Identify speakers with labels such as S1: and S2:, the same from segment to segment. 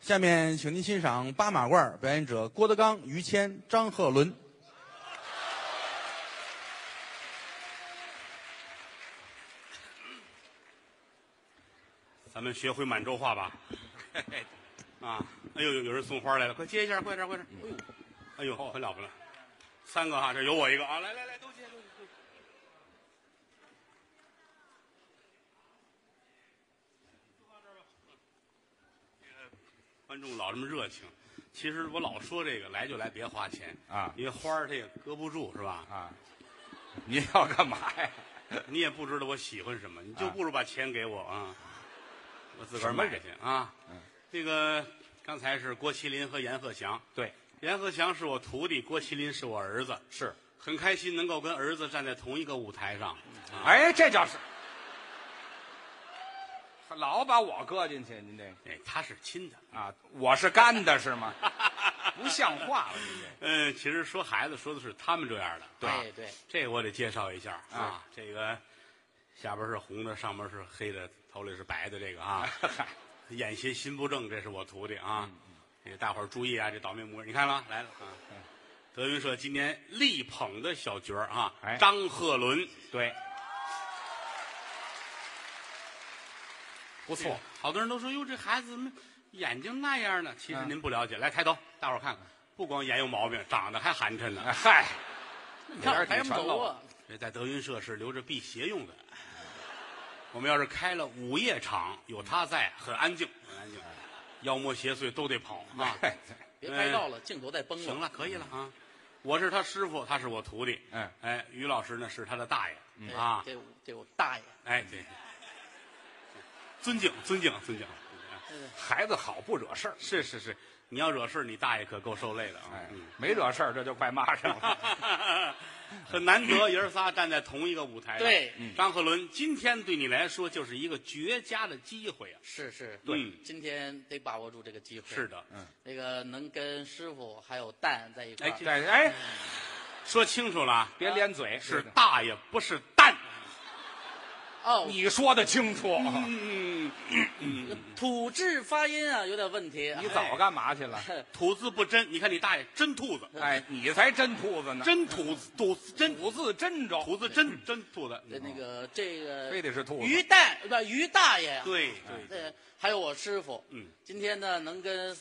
S1: 下面，请您欣赏八马褂表演者郭德纲、于谦、张鹤伦。
S2: 咱们学会满洲 话吧。啊，哎呦，有有人送花来了，快接一下，快点，快点。
S1: 嗯
S2: 哎呦，哎呦，好很了不得，三个哈，这有我一个啊，来来来，都接都接。都接观众老这么热情，其实我老说这个来就来，别花钱
S3: 啊
S2: 因为花儿它也搁不住，是吧？
S3: 啊，你要干嘛呀？
S2: 你也不知道我喜欢什么，你就
S3: 啊
S2: 不如把钱给我啊，我自个儿
S3: 什么
S2: 买
S3: 人
S2: 去啊。这个刚才是郭麒麟和阎鹤祥，
S3: 对，
S2: 阎鹤祥是我徒弟，郭麒麟是我儿子，
S3: 是，
S2: 很开心能够跟儿子站在同一个舞台上。啊
S3: 哎，这叫是，老把我搁进去，您这个
S2: 哎，他是亲的。
S3: 啊，我是干的是吗？不像话了，您这
S2: 嗯，其实说孩子说的是他们这样的，
S3: 对
S2: 啊
S4: 对，
S2: 这个我得介绍一下啊
S3: 啊，
S2: 这个下边是红的，上边是黑的，头里是白的，这个 啊，眼斜心不正，这是我徒弟啊，
S3: 嗯
S2: 这大伙儿注意啊，这倒霉模样，你看了来了啊，德云社今年力捧的小角儿啊
S3: 哎，
S2: 张鹤伦，
S3: 对，
S2: 不错，好多人都说哟，这孩子怎么眼睛那样呢？其实
S3: 嗯
S2: 您不了解，来抬头，大伙儿看看，不光眼有毛病，长得还寒碜呢。
S3: 嗨，
S2: 你
S3: 有
S2: 看
S3: 点
S2: 还
S3: 挺
S2: 这么
S3: 全
S2: 走
S3: 漏
S2: 啊！这在德云社是留着辟邪用的。我们要是开了午夜场，有他在，很安静，很安静，妖魔邪祟都得跑啊！
S3: 哎
S4: 别拍照了，镜头再崩了。
S2: 行了，可以了啊！我是他师傅，他是我徒弟。
S3: 嗯
S2: 哎，于老师呢是他的大爷、
S4: 哎，
S2: 啊！
S4: 这这我大爷，
S2: 哎，对，尊敬，尊敬，尊敬。
S3: 孩子好不惹事儿，
S2: 嗯是是是，你要惹事儿你大爷可够受累的啊！
S3: 哎
S2: 嗯，
S3: 没惹事儿，这就快骂上了。
S2: 很难得，爷儿仨站在同一个舞台上。
S4: 对
S2: 张鹤伦，今天对你来说就是一个绝佳的机会啊！
S4: 是是，
S2: 对
S4: 今天得把握住这个机会。
S2: 是，的，
S4: 那个能跟师傅还有蛋在一块
S2: 哎
S4: 儿，
S2: 这
S3: 对，哎，
S2: 说清楚了啊，
S3: 别连嘴，
S2: 是
S3: 的
S2: 大爷不是蛋。
S4: 哦，
S3: 你说的清楚，啊
S2: 嗯，
S4: 土质发音啊有点问题。
S3: 你
S2: 哎
S3: 早干嘛 去了？
S2: 吐字不真，你看你大爷真兔子，
S3: 哎，你才真兔子呢，
S2: 真吐子，吐子真
S3: 五字真着，
S2: 吐字嗯真真兔子。
S4: 那个这
S3: 非
S4: 个
S3: 得是兔子。
S4: 于蛋不于大爷呀，啊
S2: 对对
S4: 对，还有我师傅，
S2: 嗯，
S4: 今天呢能跟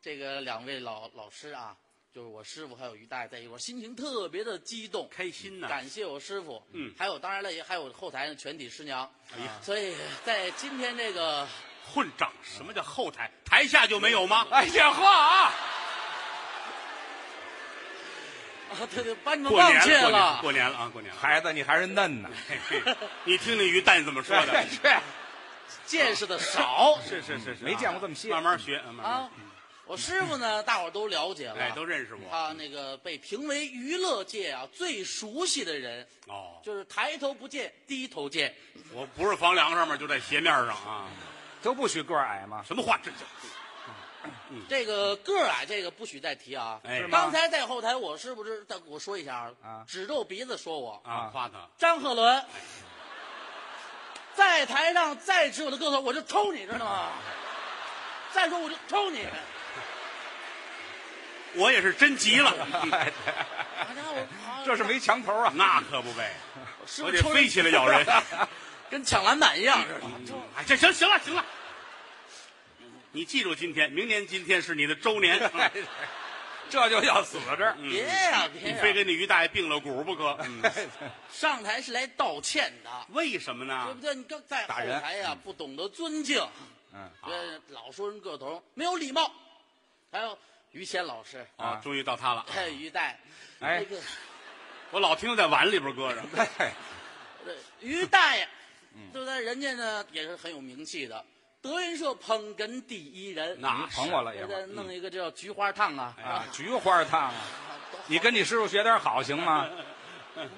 S4: 这个两位老老师啊，就是我师傅还有于大爷在一块儿，心情特别的激动，
S2: 开心呐！
S4: 感谢我师傅，
S2: 嗯
S4: 还有当然了，也还有后台的全体师娘，
S2: 哎呀
S4: 所以在今天这个啊
S2: 混账！什么叫后台？台下就没有吗？
S3: 哎呀，嚯啊！
S4: 啊，对对，把你 们
S2: 过
S4: 忘
S2: 年
S4: 记
S2: 了，过年过年了啊，过年了。
S3: 孩子，你还是嫩呢。
S2: 嘿嘿你听听于蛋怎么说的？
S3: 是
S4: 见识的少
S2: 是是是是，
S3: 没见过这
S2: 么
S3: 么
S2: 细，
S3: 细
S2: 慢慢学，慢慢学
S4: 啊。我师傅呢，大伙儿都了解了，
S2: 哎，都认识
S3: 啊
S2: 我。
S4: 他那个被评为娱乐界啊最熟悉的人，
S2: 哦，
S4: 就是抬头不见低头见。
S2: 我不是房梁上面，就在斜面上啊。
S3: 都不许个儿矮 吗？
S2: 什么话？这这，
S4: 这个个儿矮，啊这个不许再提啊。
S2: 嗯哎
S3: 是吗
S4: 刚才在后台，我是不是再我说一下
S3: 啊
S4: 指着我鼻子说我
S2: 啊，
S3: 啊
S2: 夸他
S4: 张鹤伦，在台上再指我的个头，我就抽你，知道吗？再说我就抽你。
S2: 我也是真急 了，
S4: 啊家伙，啊
S3: 这是没墙头啊！
S2: 那可不呗，
S4: 师
S2: 我
S4: 傅
S2: 得
S4: 抽
S2: 飞
S4: 人
S2: 起来咬人。 嗯
S4: 跟抢篮板一样似的。
S2: 哎，这行行了行了，你记住今天，明年今天是你的周 年，嗯
S3: 这就要死这儿。
S4: 别呀、别
S2: 你
S3: 啊
S4: 呀、
S2: 非跟你于大爷并了骨不 可。嗯
S4: 上台是来道歉的，
S2: 为什么
S4: 对
S2: 呢
S4: 不？对？你刚在后
S3: 打人
S4: 台呀、不懂得尊敬，
S3: 嗯，
S4: 对，老说人个头没有礼貌。还有于谦老师，
S2: 啊，终于到他了，
S4: 还有于代，
S3: 哎
S4: 那个
S2: 我老听在碗里边 搁着。
S3: 哎，
S4: 呃于大爷，对不对？人家呢也是很有名气的，德云社捧哏第一人。
S2: 那
S3: 捧我了
S4: 对
S3: 爷
S4: 不
S3: 们儿
S4: 对？弄一个这叫菊花烫啊，
S3: 啊，菊花烫啊！你跟你师傅学点好行吗？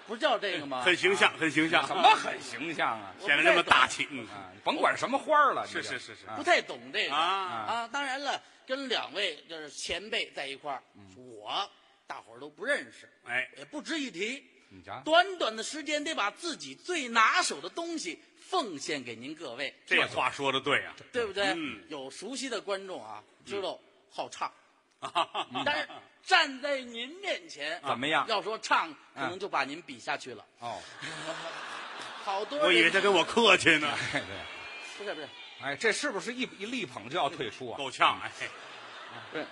S4: 不是叫这个 吗？
S2: 很
S3: 啊
S2: 形象，很形象，
S3: 什么很形象啊？
S2: 显得这么大气？嗯，
S3: 啊，甭管什么花儿了，你就是
S2: 是是是
S4: 不太懂这个
S2: 啊
S4: 啊，当然了，跟两位
S3: 嗯
S4: 就是前辈在一块儿，我大伙儿都不认识，
S2: 哎，
S4: 也不值一提。
S3: 你瞧，
S4: 短短的时间得把自己最拿手的东西奉献给您各位，
S2: 这话说的 对啊，
S4: 对不对？
S2: 嗯
S4: 有熟悉的观众啊，知
S3: 嗯
S4: 道好唱，
S2: 啊
S4: 但是站在您面前
S3: 啊怎么样嗯
S4: 要说唱，可能就把您比下去了。
S3: 哦，
S4: 好多 人
S2: 我以为他跟我客气呢，
S3: 对对，
S4: 不是不是
S3: 哎，这是不是一一力捧就要退出啊？
S2: 够呛 哎，
S4: 不是，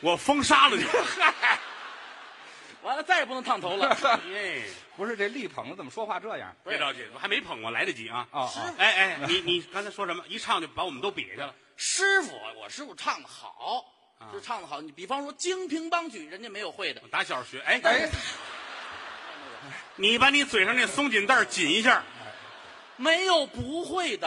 S2: 我封杀 了你，
S4: 完了再也不能烫头了。
S2: 哎，
S3: 不是这力捧的怎么说话这样？
S2: 别着急，我还没捧过，来得及啊。
S3: 哦
S4: 是
S3: 哦，
S2: 哎哎，你你刚才说什么？一唱就把我们都比下去了。
S4: 师傅，我师傅唱的好，
S3: 啊
S4: 就唱的好。你比方说《京评帮曲》，人家没有会的
S2: 我，打小学，哎
S3: 哎，
S2: 你把你嘴上那松紧带儿紧一下。
S4: 没有不会的，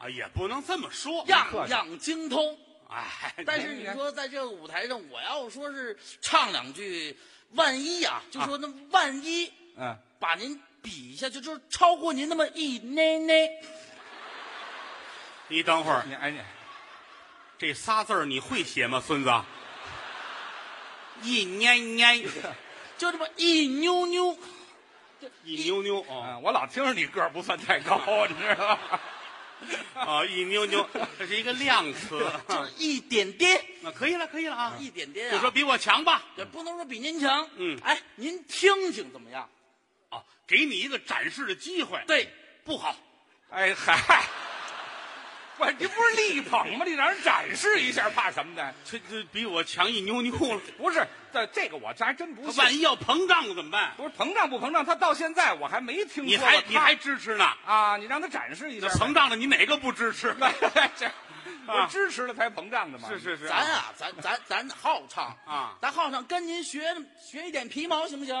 S2: 啊，也不能这么说。
S4: 样样精通。
S2: 哎，
S4: 但是你说在这个舞台上，我要说是唱两句，万一啊，就说那万一
S3: 嗯，
S4: 把您比下去，就是超过您那么一奶奶，
S2: 你等会儿
S3: 你哎你，
S2: 这仨字儿你会写吗，孙子？一蔫蔫，
S4: 就这么一妞妞，
S2: 一妞妞哦
S3: 嗯，我老听着你个儿不算太高，你知道吗？
S2: 啊，一妞妞，这是一个量词。嗯
S4: 就是一点点，
S2: 那可以了，可以了啊，
S4: 一点点啊。
S2: 就说比我强吧。
S4: 也不能说比您强，
S2: 嗯
S4: 哎，您听听怎么样？
S2: 哦，给你一个展示的机会。，
S4: 对，
S2: 不好，
S3: 哎嗨，我这不是力捧吗？你让人展示一下，怕什么的？
S2: 这这比我强一妞妞了。
S3: 不是，这这个我这还真不
S2: 他
S3: 信。
S2: 万一要膨胀了怎么办？
S3: 不是膨胀不膨胀，他到现在我还没听
S2: 你
S3: 说过
S2: 还
S3: 他
S2: 你还支持呢？
S3: 啊，你让他展示一下
S2: 那
S3: 呗。
S2: 膨胀了，你哪个不支 持？
S3: 胀， 这
S2: 啊
S3: 我支持了才膨胀的嘛。
S2: 是是是，
S4: 咱啊，咱咱咱好唱
S2: 啊
S4: 咱好唱，跟您学学一点皮毛行不行？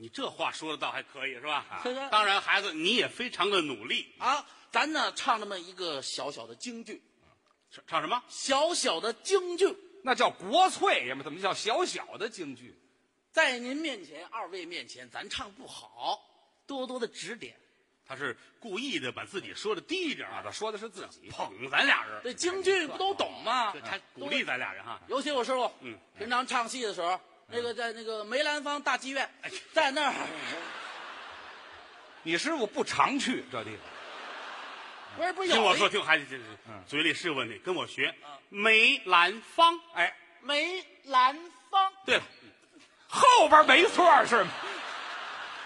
S2: 你这话说的倒还可以是吧？
S4: 是是
S2: 当然，孩子你也非常的努力。
S4: 啊，咱呢唱那么一个小小的京剧，
S2: 唱唱什么？
S4: 小小的京剧，
S3: 那叫国粹呀嘛，怎么叫小小的京剧？
S4: 在您面前，二位面前，咱唱不好，多多的指点。
S2: 他是故意的把自己说的低一点
S3: 啊，
S2: 啊
S3: 他，说的是自己。
S2: 捧咱俩人，
S4: 这京剧不都懂吗？
S2: 这他鼓励咱俩人哈。
S4: 尤其我师傅，
S2: 嗯，
S4: 平常唱戏的时候，那个在那个梅兰芳大剧院，
S2: 哎
S4: 在那儿，
S2: 嗯
S3: 你师傅不常去这地方，
S4: 不是不是有
S2: 听我说，
S4: 一
S2: 听孩子，这这
S3: 嗯
S2: 嘴里是问题，跟我学
S4: 嗯。
S2: 梅兰芳，
S3: 哎，
S4: 梅兰芳。
S2: 对了，
S3: 后边没错是吗？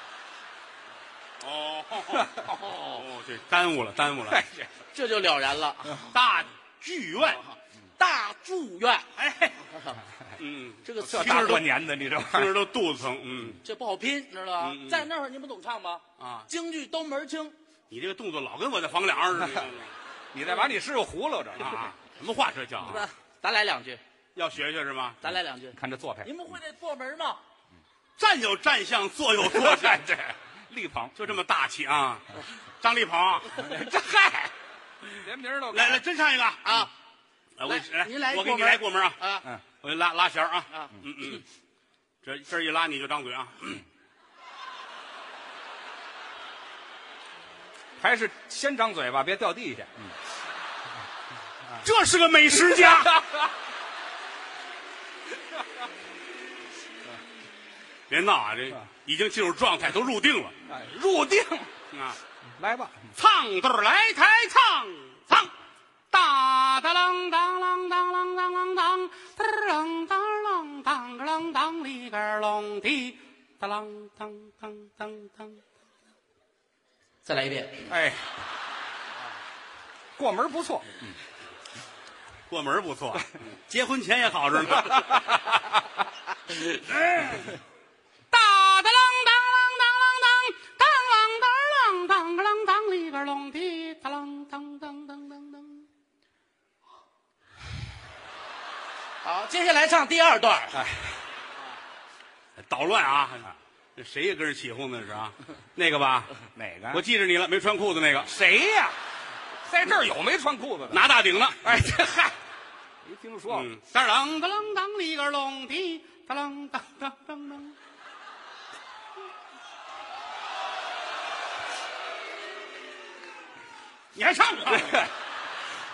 S2: 哦哦，对，耽误了，耽误了
S3: 哎。呀
S4: 这就了然了。
S2: 嗯大剧院，
S4: 哦大祝愿，
S2: 哎，嗯，
S4: 哎这个
S3: 这
S4: 词
S2: 听
S3: 大
S2: 着都
S3: 过年的，你这玩
S2: 听
S3: 意
S2: 着
S3: 儿
S2: 都肚子疼。嗯
S4: 这不好拼，知道吧？
S2: 嗯嗯
S4: 在那会儿您不懂唱吧？
S2: 啊，
S4: 京剧都门儿清，
S2: 你这个动作老跟我在房梁上似的
S3: 你再把你师傅糊弄着
S2: 啊
S3: 啊！，
S2: 什么话这叫
S4: 是
S2: 啊？嗯
S4: 吧？咱来两句，
S2: 要学学是吗？
S4: 咱来两句。
S3: 看这做派，
S4: 您不会这坐门吗？
S2: 站有站相，坐有坐
S3: 做
S2: 相
S3: 派，这力捧，
S2: 就这么大气啊！张立 鹏，
S3: 这嗨，连名儿都改
S2: 来来，真唱一个啊！来，我给
S4: 嗯来您来一
S2: 我给
S4: 过
S2: 你
S4: 门
S2: 来过门啊！
S4: 啊
S3: 嗯，
S2: 我给拉拉弦儿啊！
S4: 啊！
S2: 嗯嗯，这这一拉你就张嘴啊！
S3: 还是先张嘴巴，别掉地下。嗯
S4: 啊
S2: 这是个美食 家，嗯别闹啊！这已经进入状态，都入定了
S3: 哎，入定，
S2: 啊！
S3: 来吧。
S2: 唱对儿来台唱唱，哒哒啷当啷当啷当啷当，哒啷当啷当个啷当里个儿啷滴，哒啷当当当当。
S4: 再来一遍。
S2: 嗯
S3: 哎，过门不错，
S2: 过门儿不错，结婚前也好着呢。
S5: 哒哒啷当啷当啷当啷当，当啷当啷当个啷当里个啷滴，哒啷当当当当当。
S4: 好，接下来唱第二段。
S2: 嗯捣乱啊！这谁也跟人起哄那是啊？那个吧，
S3: 哪个
S2: 我记着你了，没穿裤子那个，
S3: 谁呀、在这儿有没穿裤子的？
S2: 拿大顶的。
S3: 哎，这嗨，没听说过。
S2: 嗯，
S5: 哒啷哒啷当里个啷滴，哒啷当当当当。
S2: 你还唱？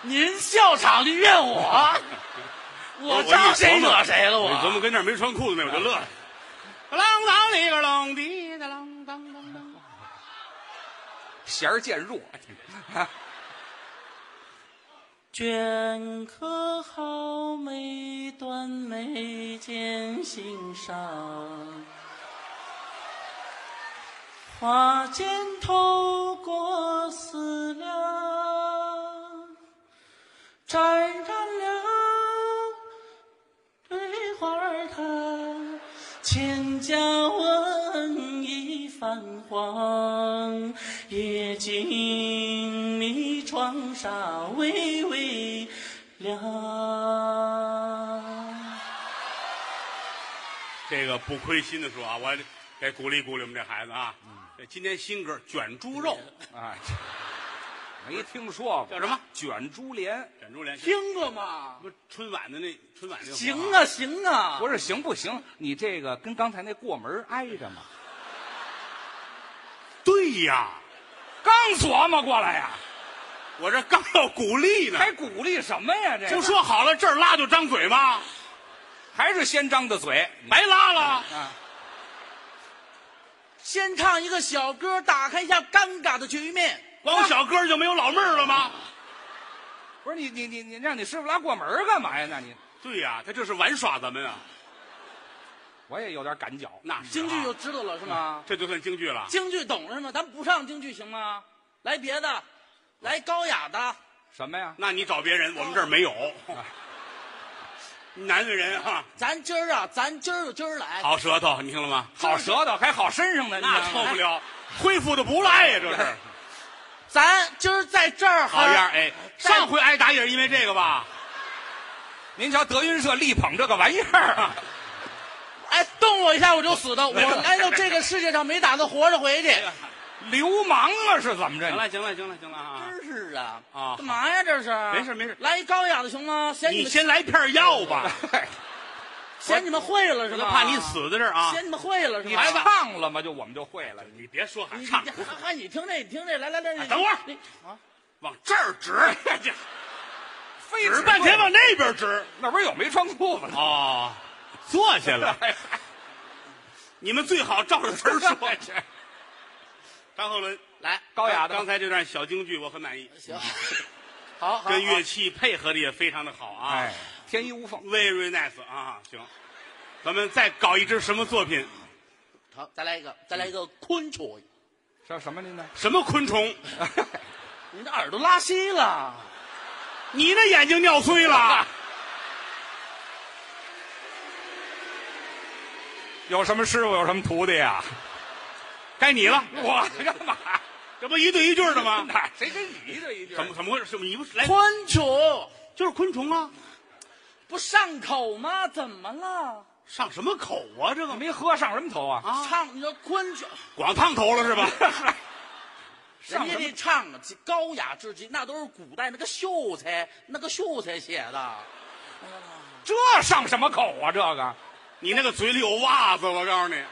S4: 您笑场的怨我， 我
S2: 一
S4: 招谁
S2: 琢磨
S4: 惹谁了？
S2: 我琢磨
S4: 我
S2: 跟那儿没穿裤子那，我就乐了。
S5: 啷当里个啷滴的啷当当当，
S3: 弦儿渐弱，
S4: 镌刻好每段眉间心上，花间透过思量，沾染了桂花儿它千家文艺泛黄，夜静谧，窗纱微微亮。
S2: 这个不亏心的说啊，我得鼓励鼓励我们这孩子啊。
S4: 嗯
S2: 今天新歌《卷猪肉
S3: 哎，没听说过，
S2: 叫什么
S3: 卷珠帘？》，
S2: 卷猪脸，
S4: 听过吗？
S2: 不是春晚的那春晚那个
S4: 行
S2: 活
S4: 啊，行啊，
S3: 不是行不行？你这个跟刚才那过门挨着吗？
S2: 对呀，
S3: 刚琢磨过来呀，
S2: 我这刚要鼓励呢，
S3: 还鼓励什么呀？这
S2: 不说好了这儿拉就张嘴吗？
S3: 还是先张的嘴，
S4: 嗯
S2: 白拉了。
S3: 啊，
S4: 先唱一个小歌，打开一下尴尬的局面。
S2: 光小哥就没有老妹儿了吗？
S3: 不是你你你你让你师傅拉过门儿干嘛呀？那你
S2: 对呀、他这是玩耍咱们啊，
S3: 我也有点赶脚，
S2: 那是、啊、
S4: 嗯京剧就知道了是吗？
S2: 这就算京剧了。
S4: 京剧懂了是吗？咱不上京剧行吗？来别的，来高雅的。
S3: 什么呀？
S2: 那你找别人，我们这儿没有。难为人啊，
S4: 咱今啊儿啊，咱今儿就今儿来。
S2: 好舌头，你听了吗？
S3: 好舌头还好身上呢，你知
S2: 那
S3: 道吗
S2: 错不了，恢复的不赖呀，这是
S4: 咱今儿在这 儿
S2: 好样儿！哎，上回挨打也是因为这个吧？
S3: 您瞧德云社力捧这个玩意儿啊，
S4: 哎，动我一下我就死的。 我来到这个世界上没打算活着回去。
S3: 流氓啊是怎么着
S2: 行？了，行了，行了，行了啊！
S4: 真是啊！
S2: 啊
S4: 干嘛呀？这是？
S2: 没事没事
S4: 来一高雅的行吗？嫌
S2: 你
S4: 们
S2: 先来片药吧，
S4: 嫌你们会了是
S2: 我
S4: 吗？
S2: 就怕你。死在这儿啊！
S4: 嫌你们会了是
S3: 你
S4: 吗？
S3: 唱了吗？就我们就会了。
S2: 你别说喊
S4: 你
S2: 唱
S4: 你，还还你听这，你听这，来来来，你
S2: 哎等会儿
S4: 你啊
S2: 往这儿指， 这
S3: 非
S2: 指半天往那边指。
S3: 那边有没穿裤子的？
S2: 哦，坐下了。
S3: 哎
S2: 你们最好照着词儿说。张鹤伦，
S4: 来，
S3: 高雅的
S2: 刚才这段小京剧我很满意，
S4: 行，好，好
S2: 跟乐
S4: 好
S2: 器配合的也非常的好啊。
S3: 哎，天衣无缝。
S2: Very nice 啊，行，咱们再搞一支什么作品？
S4: 好，再来一个，
S2: 嗯
S4: 再来一个昆虫。
S3: 这什么您呢？
S2: 什么昆虫？
S4: 你的耳朵拉稀了，
S2: 你的眼睛尿碎 了？
S3: 有什么师傅有什么徒弟啊呀？
S2: 该你了，
S3: 我干嘛？
S2: 这不一对一句儿的吗？
S3: 哪谁跟你这一句？
S2: 怎么怎么回事？是不是你不是来
S4: 昆虫
S2: 就是昆虫啊？
S4: 不上口吗？怎么了？
S2: 上什么口啊？这个
S3: 没喝上什么头啊？
S2: 啊，
S4: 唱你说昆虫，
S2: 光烫头了是吧？
S4: 人
S3: 上
S4: 家
S3: 什么
S4: 这唱啊，高雅至极，那都是古代那个秀才，那个秀才写的。
S3: 这上什么口啊？这个
S2: 你那个嘴里有袜子，我告诉你，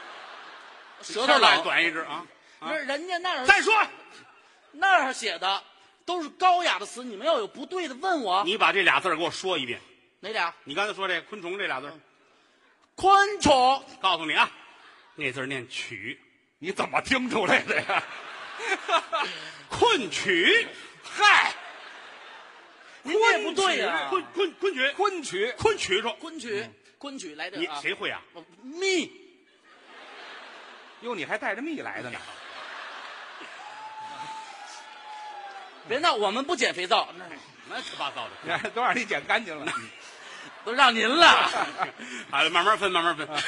S4: 舌头
S2: 来
S4: 冷，
S2: 短一只啊！
S4: 不是人家那儿
S2: 再说，
S4: 那儿写的都是高雅的词，你们要有不对的问我
S2: 你把这俩字儿给我说一遍。
S4: 哪俩？
S2: 你刚才说这昆虫这俩字儿，
S4: 昆虫
S2: 告诉你啊，那字儿念曲，
S3: 你怎么听出来的呀？
S2: 困曲，
S3: 嗨，
S4: 您这也不对呀、
S2: 昆昆昆曲，
S3: 昆曲
S2: 昆曲说，
S4: 昆曲，昆曲来
S2: 你
S4: 点啊！
S2: 谁会啊？
S4: 哦蜜
S3: 哟，你还带着蜜来的呢？
S4: 别闹，我们不捡肥皂，那
S2: 乱七八糟的。
S3: 你 看都让你捡干净了。
S4: 都让您了。
S2: 好了，慢慢分，慢慢分。啊，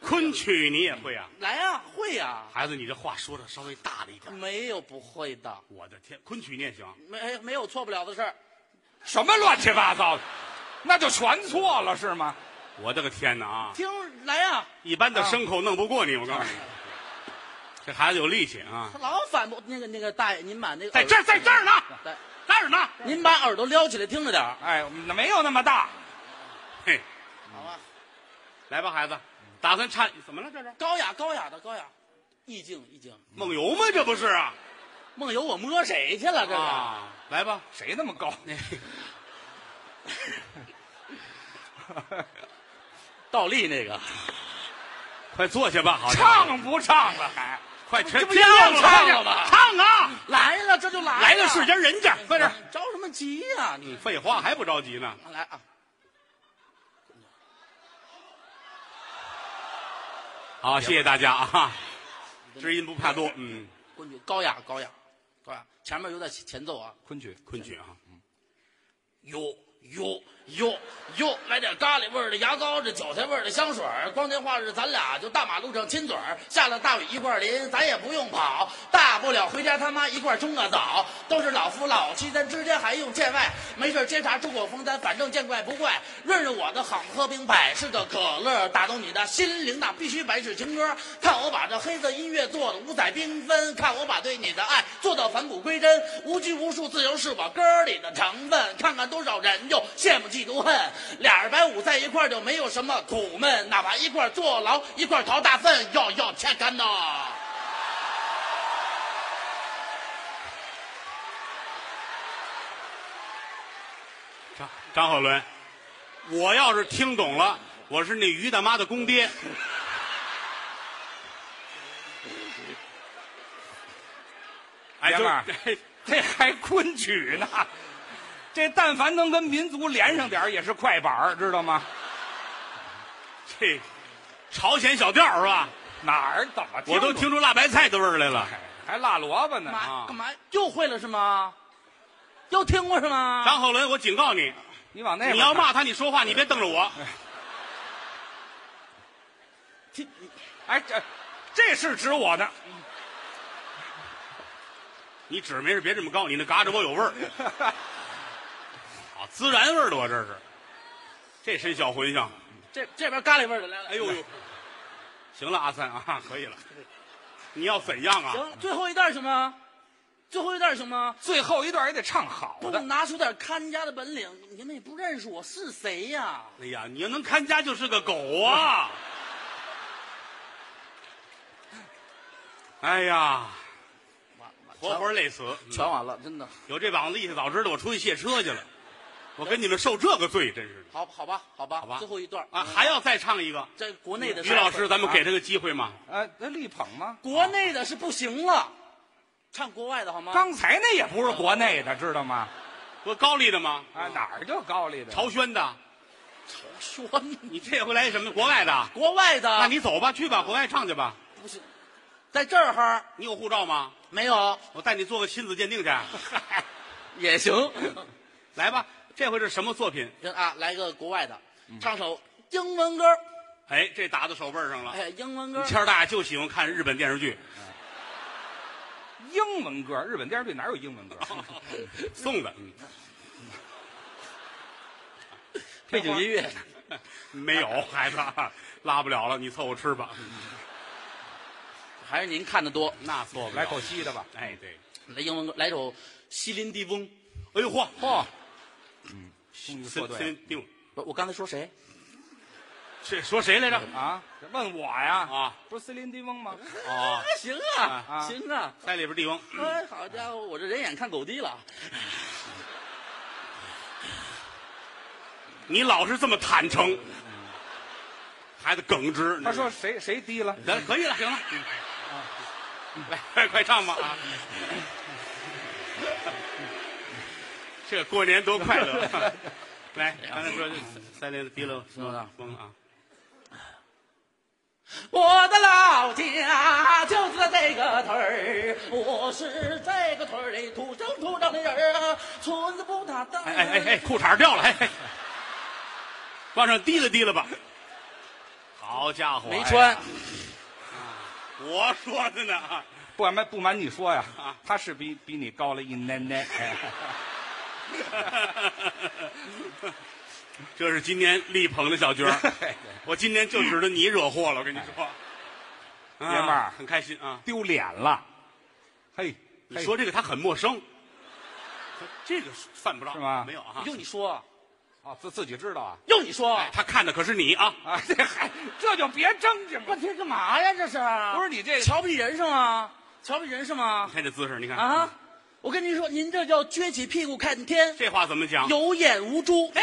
S2: 昆曲你也会啊？
S4: 来呀、会呀、
S2: 孩子，你这话说的稍微大了一点。
S4: 没有不会的，
S2: 我的天，昆曲你也行？啊
S4: 没没有错不了的事儿。
S3: 什么乱七八糟的，那就全错了是吗？
S2: 我的个天哪啊！
S4: 听来呀、
S2: 一般的牲口弄不过你，我告诉你，
S4: 啊
S2: 这孩子有力气啊！
S4: 他老反驳那个那个大爷，您把那个
S3: 呃
S2: 在这儿，在这儿呢，
S4: 对，
S2: 在这儿呢。
S4: 您把耳朵撩起来听着点儿，
S3: 哎，没有那么大，
S2: 嘿，
S4: 好啊吧？
S2: 来吧，孩子，打算唱怎么了？这是
S4: 高雅高雅的高雅，意境意境。
S2: 梦游吗？这不是啊？
S4: 梦游我摸啊谁去了？这是、
S2: 啊，来吧，
S3: 谁那么高？
S2: 那
S4: 倒立那个，
S2: 快坐下吧，好家伙，
S3: 唱不唱了还？
S2: 快全
S4: 这不一样唱了吗？
S3: 唱啊！
S4: 来了，这就来
S2: 来的是
S4: 人，
S2: 家人家，快点。
S4: 着什么急呀、你
S2: 嗯废话还不着急呢，
S4: 来啊！
S2: 好，谢谢大家啊，知音不怕多，嗯，
S4: 昆曲高雅高雅高雅，前面有点前奏啊，
S3: 昆曲，
S2: 昆曲啊，
S4: 哟哟哟哟，来点咖喱味儿的牙膏，这韭菜味儿的香水儿。光天化日，咱俩就大马路上亲嘴儿，下了大雨一块儿淋，咱也不用跑，大不了回家他妈一块儿冲个澡。都是老夫老妻，咱之间还用见外？没事儿接茶出口风单，反正见怪不怪。润润我的好喝冰百事的可乐，打动你的心灵那必须百事情歌。看我把这黑色音乐做的五彩缤纷，看我把对你的爱做到返璞归真，无拘无束，自由是我歌里的成分。看看多少人就羡慕嫉妒恨，俩人百五在一块儿就没有什么苦闷，哪怕一块儿坐牢，一块儿逃大粪，要要切干呐。
S2: 张张鹤伦，我要是听懂了，我是那于大妈的公爹， 哎，
S3: 爷
S2: 就
S3: 们儿
S2: 是
S3: 这还昆曲呢？这但凡能跟民族连上点儿也是快板儿，知道吗？
S2: 这朝鲜小调是吧？
S3: 哪儿怎么
S2: 我都
S3: 懂
S2: 听出辣白菜的味儿来了。
S3: 哎还辣萝卜呢
S4: 干嘛
S2: 啊
S4: 干嘛又会了是吗？又听过是吗？
S2: 张鹤伦，我警告你，
S3: 你往那边
S2: 你要
S3: 看
S2: 骂他，你说话你别瞪着我。
S4: 听
S3: 哎，这这是指我的，
S2: 你指没事别这么高，你那嘎着我有味儿。好，孜然味儿的我这是，这身小茴香。
S4: 这这边咖喱味儿的来了。
S2: 哎呦呦，行了，阿三啊，可以了。你要怎样啊？
S4: 行，最后一段行吗？最后一段行吗？
S3: 最后一段也得唱好
S4: 不
S3: 的。
S4: 拿出点看家的本领，你们也不认识我是谁呀？
S2: 哎呀，你要能看家就是个狗啊！哎呀，
S4: 完完
S2: 活活累死！嗯
S4: 全完了，真的。
S2: 有这膀子力气，早知道我出去卸车去了。我跟你们受这个罪，真是的
S4: 好，好吧，好吧，
S2: 好吧
S4: 最后一段
S2: 啊！还要再唱一个，
S4: 这国内的
S2: 于老师，咱们给他个机会嘛。
S3: 呃，那力捧吗？
S4: 国内的是不行了，唱国外的好吗？
S3: 刚才那也不是国内的，知道吗？
S2: 不高丽的吗？
S3: 啊，哪儿就高丽的？
S2: 朝鲜的，
S4: 说
S2: 你这回来什么？国外的？
S4: 国外的，
S2: 那你走吧，去吧，国外唱去吧。
S4: 不行，在这儿哈
S2: 你有护照吗？
S4: 没有
S2: 我带你做个亲子鉴定去。
S4: 也行。
S2: 来吧，这回是什么作品？
S4: 行啊，来个国外的，唱首英文歌。
S2: 哎，这打到手背上了。
S4: 哎，英文歌，
S2: 谦儿大就喜欢看日本电视剧，
S3: 英文歌，日本电视剧哪有英 文歌？
S2: 送的。嗯
S4: 背景音乐。
S2: 没有孩子，拉不了了，你凑合吃吧。
S4: 还是您看的多。
S2: 那错不了
S3: 来口。西的吧。
S2: 哎，对。
S4: 来英文歌，来首《西林地翁》。
S2: 哎呦嚯嚯！
S3: 终于
S2: 森
S3: 说对了
S2: 森定，
S4: 不是，我刚才说谁？
S2: 这说谁来着？
S3: 啊！问我呀？
S2: 啊
S3: 不是森林迪翁吗？
S2: 啊！
S4: 行啊，
S3: 啊
S4: 行啊。
S2: 在里边地方，
S4: 哎，好家伙，我这人眼看狗低了。
S2: 你老是这么坦诚，孩子耿直。
S3: 他说谁谁低了？
S2: 得了，可以了，行了， 来，快快唱吧啊！这过年多快乐！啊来，刚才说三连的低了，
S4: 么的
S2: 风啊，
S4: 我的老家就是在这个屯儿，我是这个屯儿里土生土长的人儿啊，村子不打蛋。
S2: 哎哎哎哎，裤衩掉了，哎，哎往上提了提了吧。好家伙，
S4: 没
S2: 哎
S4: 穿，
S2: 我说的呢啊，
S3: 不瞒不瞒你说呀
S2: 啊，
S3: 他是比比你高了一奶 奶。哎
S2: 这是今年力捧的小娟儿， 我今年就指着你惹祸了，我跟你说，
S4: 哎
S2: 爷
S3: 爷们儿
S2: 很开心啊。
S3: 丢脸了。嘿，
S2: 你
S3: 嘿
S2: 说这个他很陌生，这个犯不着
S3: 是吗
S2: 没有啊，哎
S4: 用你说，
S3: 哦，自自己知道啊？
S4: 用你说，
S2: 他看的可是你啊，
S3: 啊，这还这就别正经了
S4: 问。题干嘛呀？这是
S3: 不是你这个
S4: 瞧不起人是吗？瞧不起人是吗
S2: 你？看这姿势，你看，
S4: 啊，我跟您说，您这叫撅起屁股看天，
S2: 啊这话怎么讲？
S4: 有眼无珠。
S2: 哎，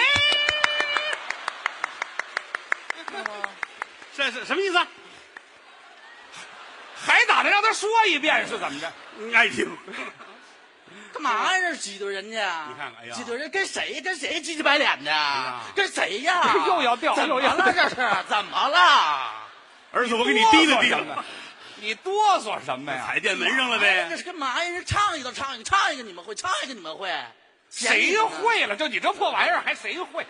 S2: 这是什么意思？啊
S3: 还打算让他说一遍是怎么着？？
S2: 你爱 听。
S4: 干嘛呀？挤兑人家？
S2: 你看看哎呀
S4: 挤兑人跟谁跟谁急急白脸的？
S2: 呀
S4: 跟谁呀
S3: 又要掉
S4: 怎么
S3: 又要
S4: 了？
S3: 掉
S4: 这是怎么了？
S2: 儿子，我给你提了提
S3: 哆嗦什么
S2: 了，
S3: 你哆嗦什么呀？
S2: 踩电门上了
S4: 哎这
S2: 呗。
S4: 是干嘛呀？人唱一个唱一个唱一个，你们会唱一个，你们会？
S3: 谁
S4: 呀？
S3: 会了？就你这破玩意儿，还谁会？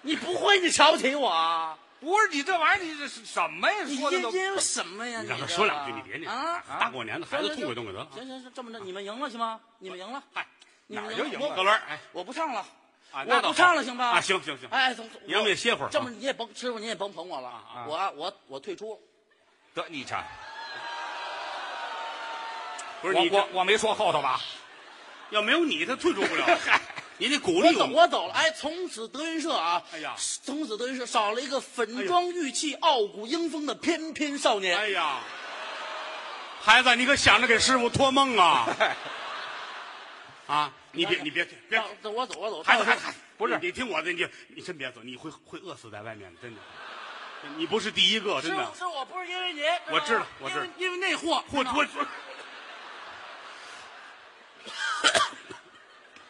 S4: 你不会？你瞧不起我？
S3: 不是你这玩意儿，你这是什么呀？
S4: 你
S3: 说的
S4: 因
S3: 都
S4: 因为什么呀？
S2: 你让他
S4: 这个
S2: 说两句，你别那
S4: 啊！
S2: 大过年的，孩子
S4: 行
S2: 痛快痛快得了。啊
S4: 行行行，这么着，你们赢了行吗？你们赢了，
S2: 嗨，
S4: 你们
S3: 哪儿就赢了
S2: 高伦，哎，
S4: 我不唱了，
S2: 啊那
S4: 我
S2: 倒好
S4: 不唱了，行吧？
S2: 啊行行行
S4: 哎，总
S2: 你让我也歇会儿啊
S4: 这么你也甭师傅你也甭捧我了，
S2: 啊
S4: 我我我退出。
S3: 得你瞧，
S2: 不是
S3: 我
S2: 你
S3: 我
S2: 这
S3: 我没说后头吧？
S2: 要没有你，他退出不了。 你得鼓
S4: 我
S2: 励
S4: 走，
S2: 们。
S4: 我走了。哎，从此德云社啊，
S2: 哎呀
S4: 从此德云社少了一个粉妆玉砌、傲骨英风的翩翩少年。
S2: 哎呀，孩子，你可想着给师傅托梦 啊！啊，你别你别别，
S4: 啊走我走，我走。
S2: 孩子
S4: 到
S2: 孩
S4: 时
S2: 子
S4: 候，
S2: 不是你听我的，你你真别走，你会会饿死在外面的，真的。你不是第一个，真
S4: 师
S2: 的
S4: 傅，。师傅，我不是因为您，
S2: 我知道
S4: 吗
S2: 我知道
S4: 因为因为那货，
S2: 我我我，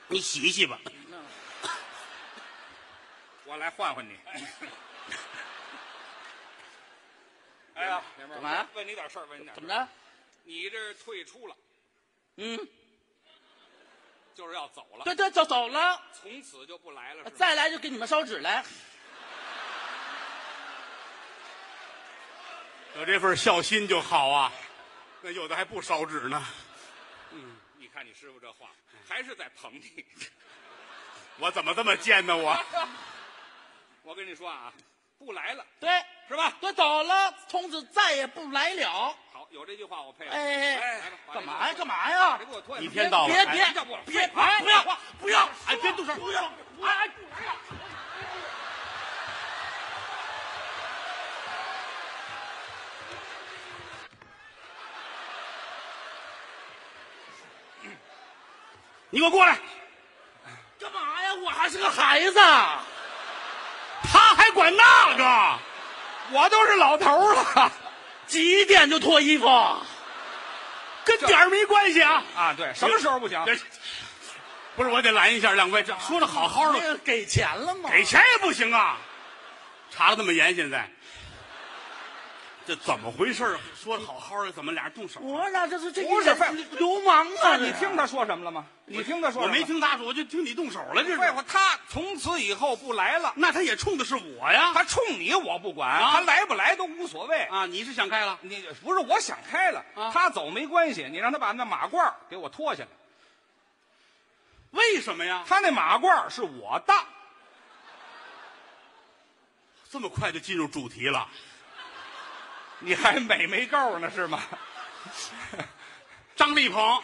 S2: 你洗一洗吧。
S3: 我来换换你。 哎呀，爷们
S4: 怎么了
S3: 问你点事儿，问你点事
S4: 怎
S3: 儿
S4: 么？着？
S3: 你这是退出了，
S4: 嗯，
S3: 就是要走了，
S4: 对对，走走了，
S3: 从此就不来了，是吧？
S4: 再来就给你们烧纸来。
S2: 有这份孝心就好啊。那有的还不烧纸呢。
S3: 你看你师傅这话，还是在捧你。
S2: 我怎么这么贱呢？我
S3: 我跟你说啊，不来了，
S4: 对，
S3: 是吧？
S4: 我走了，从此再也不来了。
S3: 好，有这句话我配合。
S4: 哎
S3: 来吧把这
S4: 干嘛呀？干嘛呀
S3: 给我把这？给我退了。
S2: 一天到晚
S4: 别
S2: 哎
S4: 别
S3: 要不我
S4: 别！
S3: 废话
S4: 哎不要
S3: 废话
S4: 不要！
S2: 哎别动手
S4: 不要！哎哎，不来了！
S2: 你给我过来！
S4: 干嘛呀？我还是个孩子。
S2: 他还管那个？
S3: 我都是老头儿 了
S4: 几点就脱衣服？
S2: 跟点儿没关系啊！
S3: 啊！对，什么时候不行？
S2: 这不是我得拦一下两位，这说的好好的，
S4: 那给钱了吗？
S2: 给钱也不行啊！查的那么严，现在这怎么回事啊？说的好好的，怎么俩人动手？
S4: 我俩这是这
S3: 不是废话
S4: 流氓啊！
S3: 你
S4: 这
S3: 听他说什么了吗？你听他说
S2: 我
S3: 什么了
S2: 没。听他说，我就听你动手了，这
S3: 废
S2: 是
S3: 话，。他从此以后不来了。
S2: 那他也冲的是我
S4: 啊
S2: 呀！
S3: 他冲你我不管，
S2: 啊
S3: 他来不来都无所谓。
S2: 啊，你是想开了？
S3: 你不是我想开了，
S4: 啊
S3: 他走没关系，你让他把那马褂儿给我脱下来。
S2: 为什么呀？
S3: 他那马褂儿是我的，
S2: 这么快就进入主题了？
S3: 你还美没够呢是吗？
S2: 张立鹏，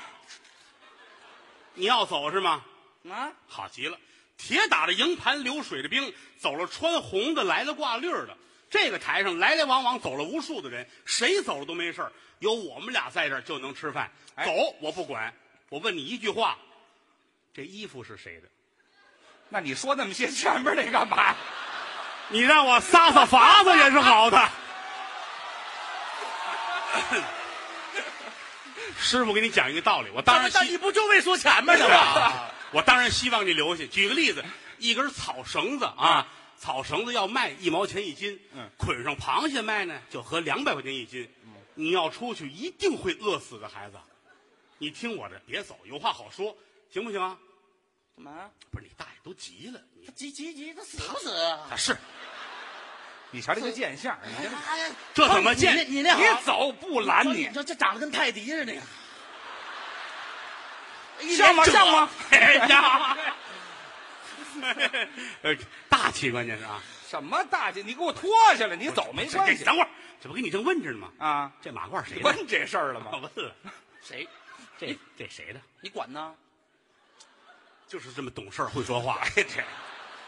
S2: 你要走是吗？
S4: 啊，
S2: 好极了，铁打的营盘，流水的兵，走了穿红的，来了挂绿儿的。这个台上来来往往走了无数的人，谁走了都没事儿有我们俩在这儿就能吃饭。
S3: 哎
S2: 走，我不管。我问你一句话，这衣服是谁的？
S3: 那你说那么些前边那干嘛？
S2: 你让我撒撒法子也是好的。 师傅给你讲一个道理，我当然
S4: 这
S2: 希
S4: 你不就为说钱吗？这不，
S3: 啊
S2: 我当然希望你留下。举个例子，一根草绳子啊，草绳子要卖一毛钱一斤，
S3: 嗯
S2: 捆上螃蟹卖呢，就合两百块钱一斤。你要出去一定会饿死的，孩子，你听我的，别走，有话好说，行不行啊？
S4: 干嘛？
S2: 不是你大爷都急了，你
S4: 急急急，他死不死啊？
S2: 啊是
S3: 你瞧这个贱相儿，你
S4: 哎呀哎呀
S2: 这怎么见
S4: 你那你那好
S3: 你走不拦你，
S4: 这这长得跟泰迪似的，一
S3: 像吗？
S4: 脸褶
S3: 像吗？
S2: 哎呀，呃 大气关键是啊，
S3: 什么大姐，你给我脱下来，你走没关系
S2: 等会儿，这不跟你正问着呢吗？
S3: 啊？
S2: 这马褂谁的？
S3: 问这事儿了吗？
S2: 我问了，
S4: 谁？
S2: 这这谁的？
S4: 你管呢？
S2: 就是这么懂事儿，会 说话。
S3: 哎，这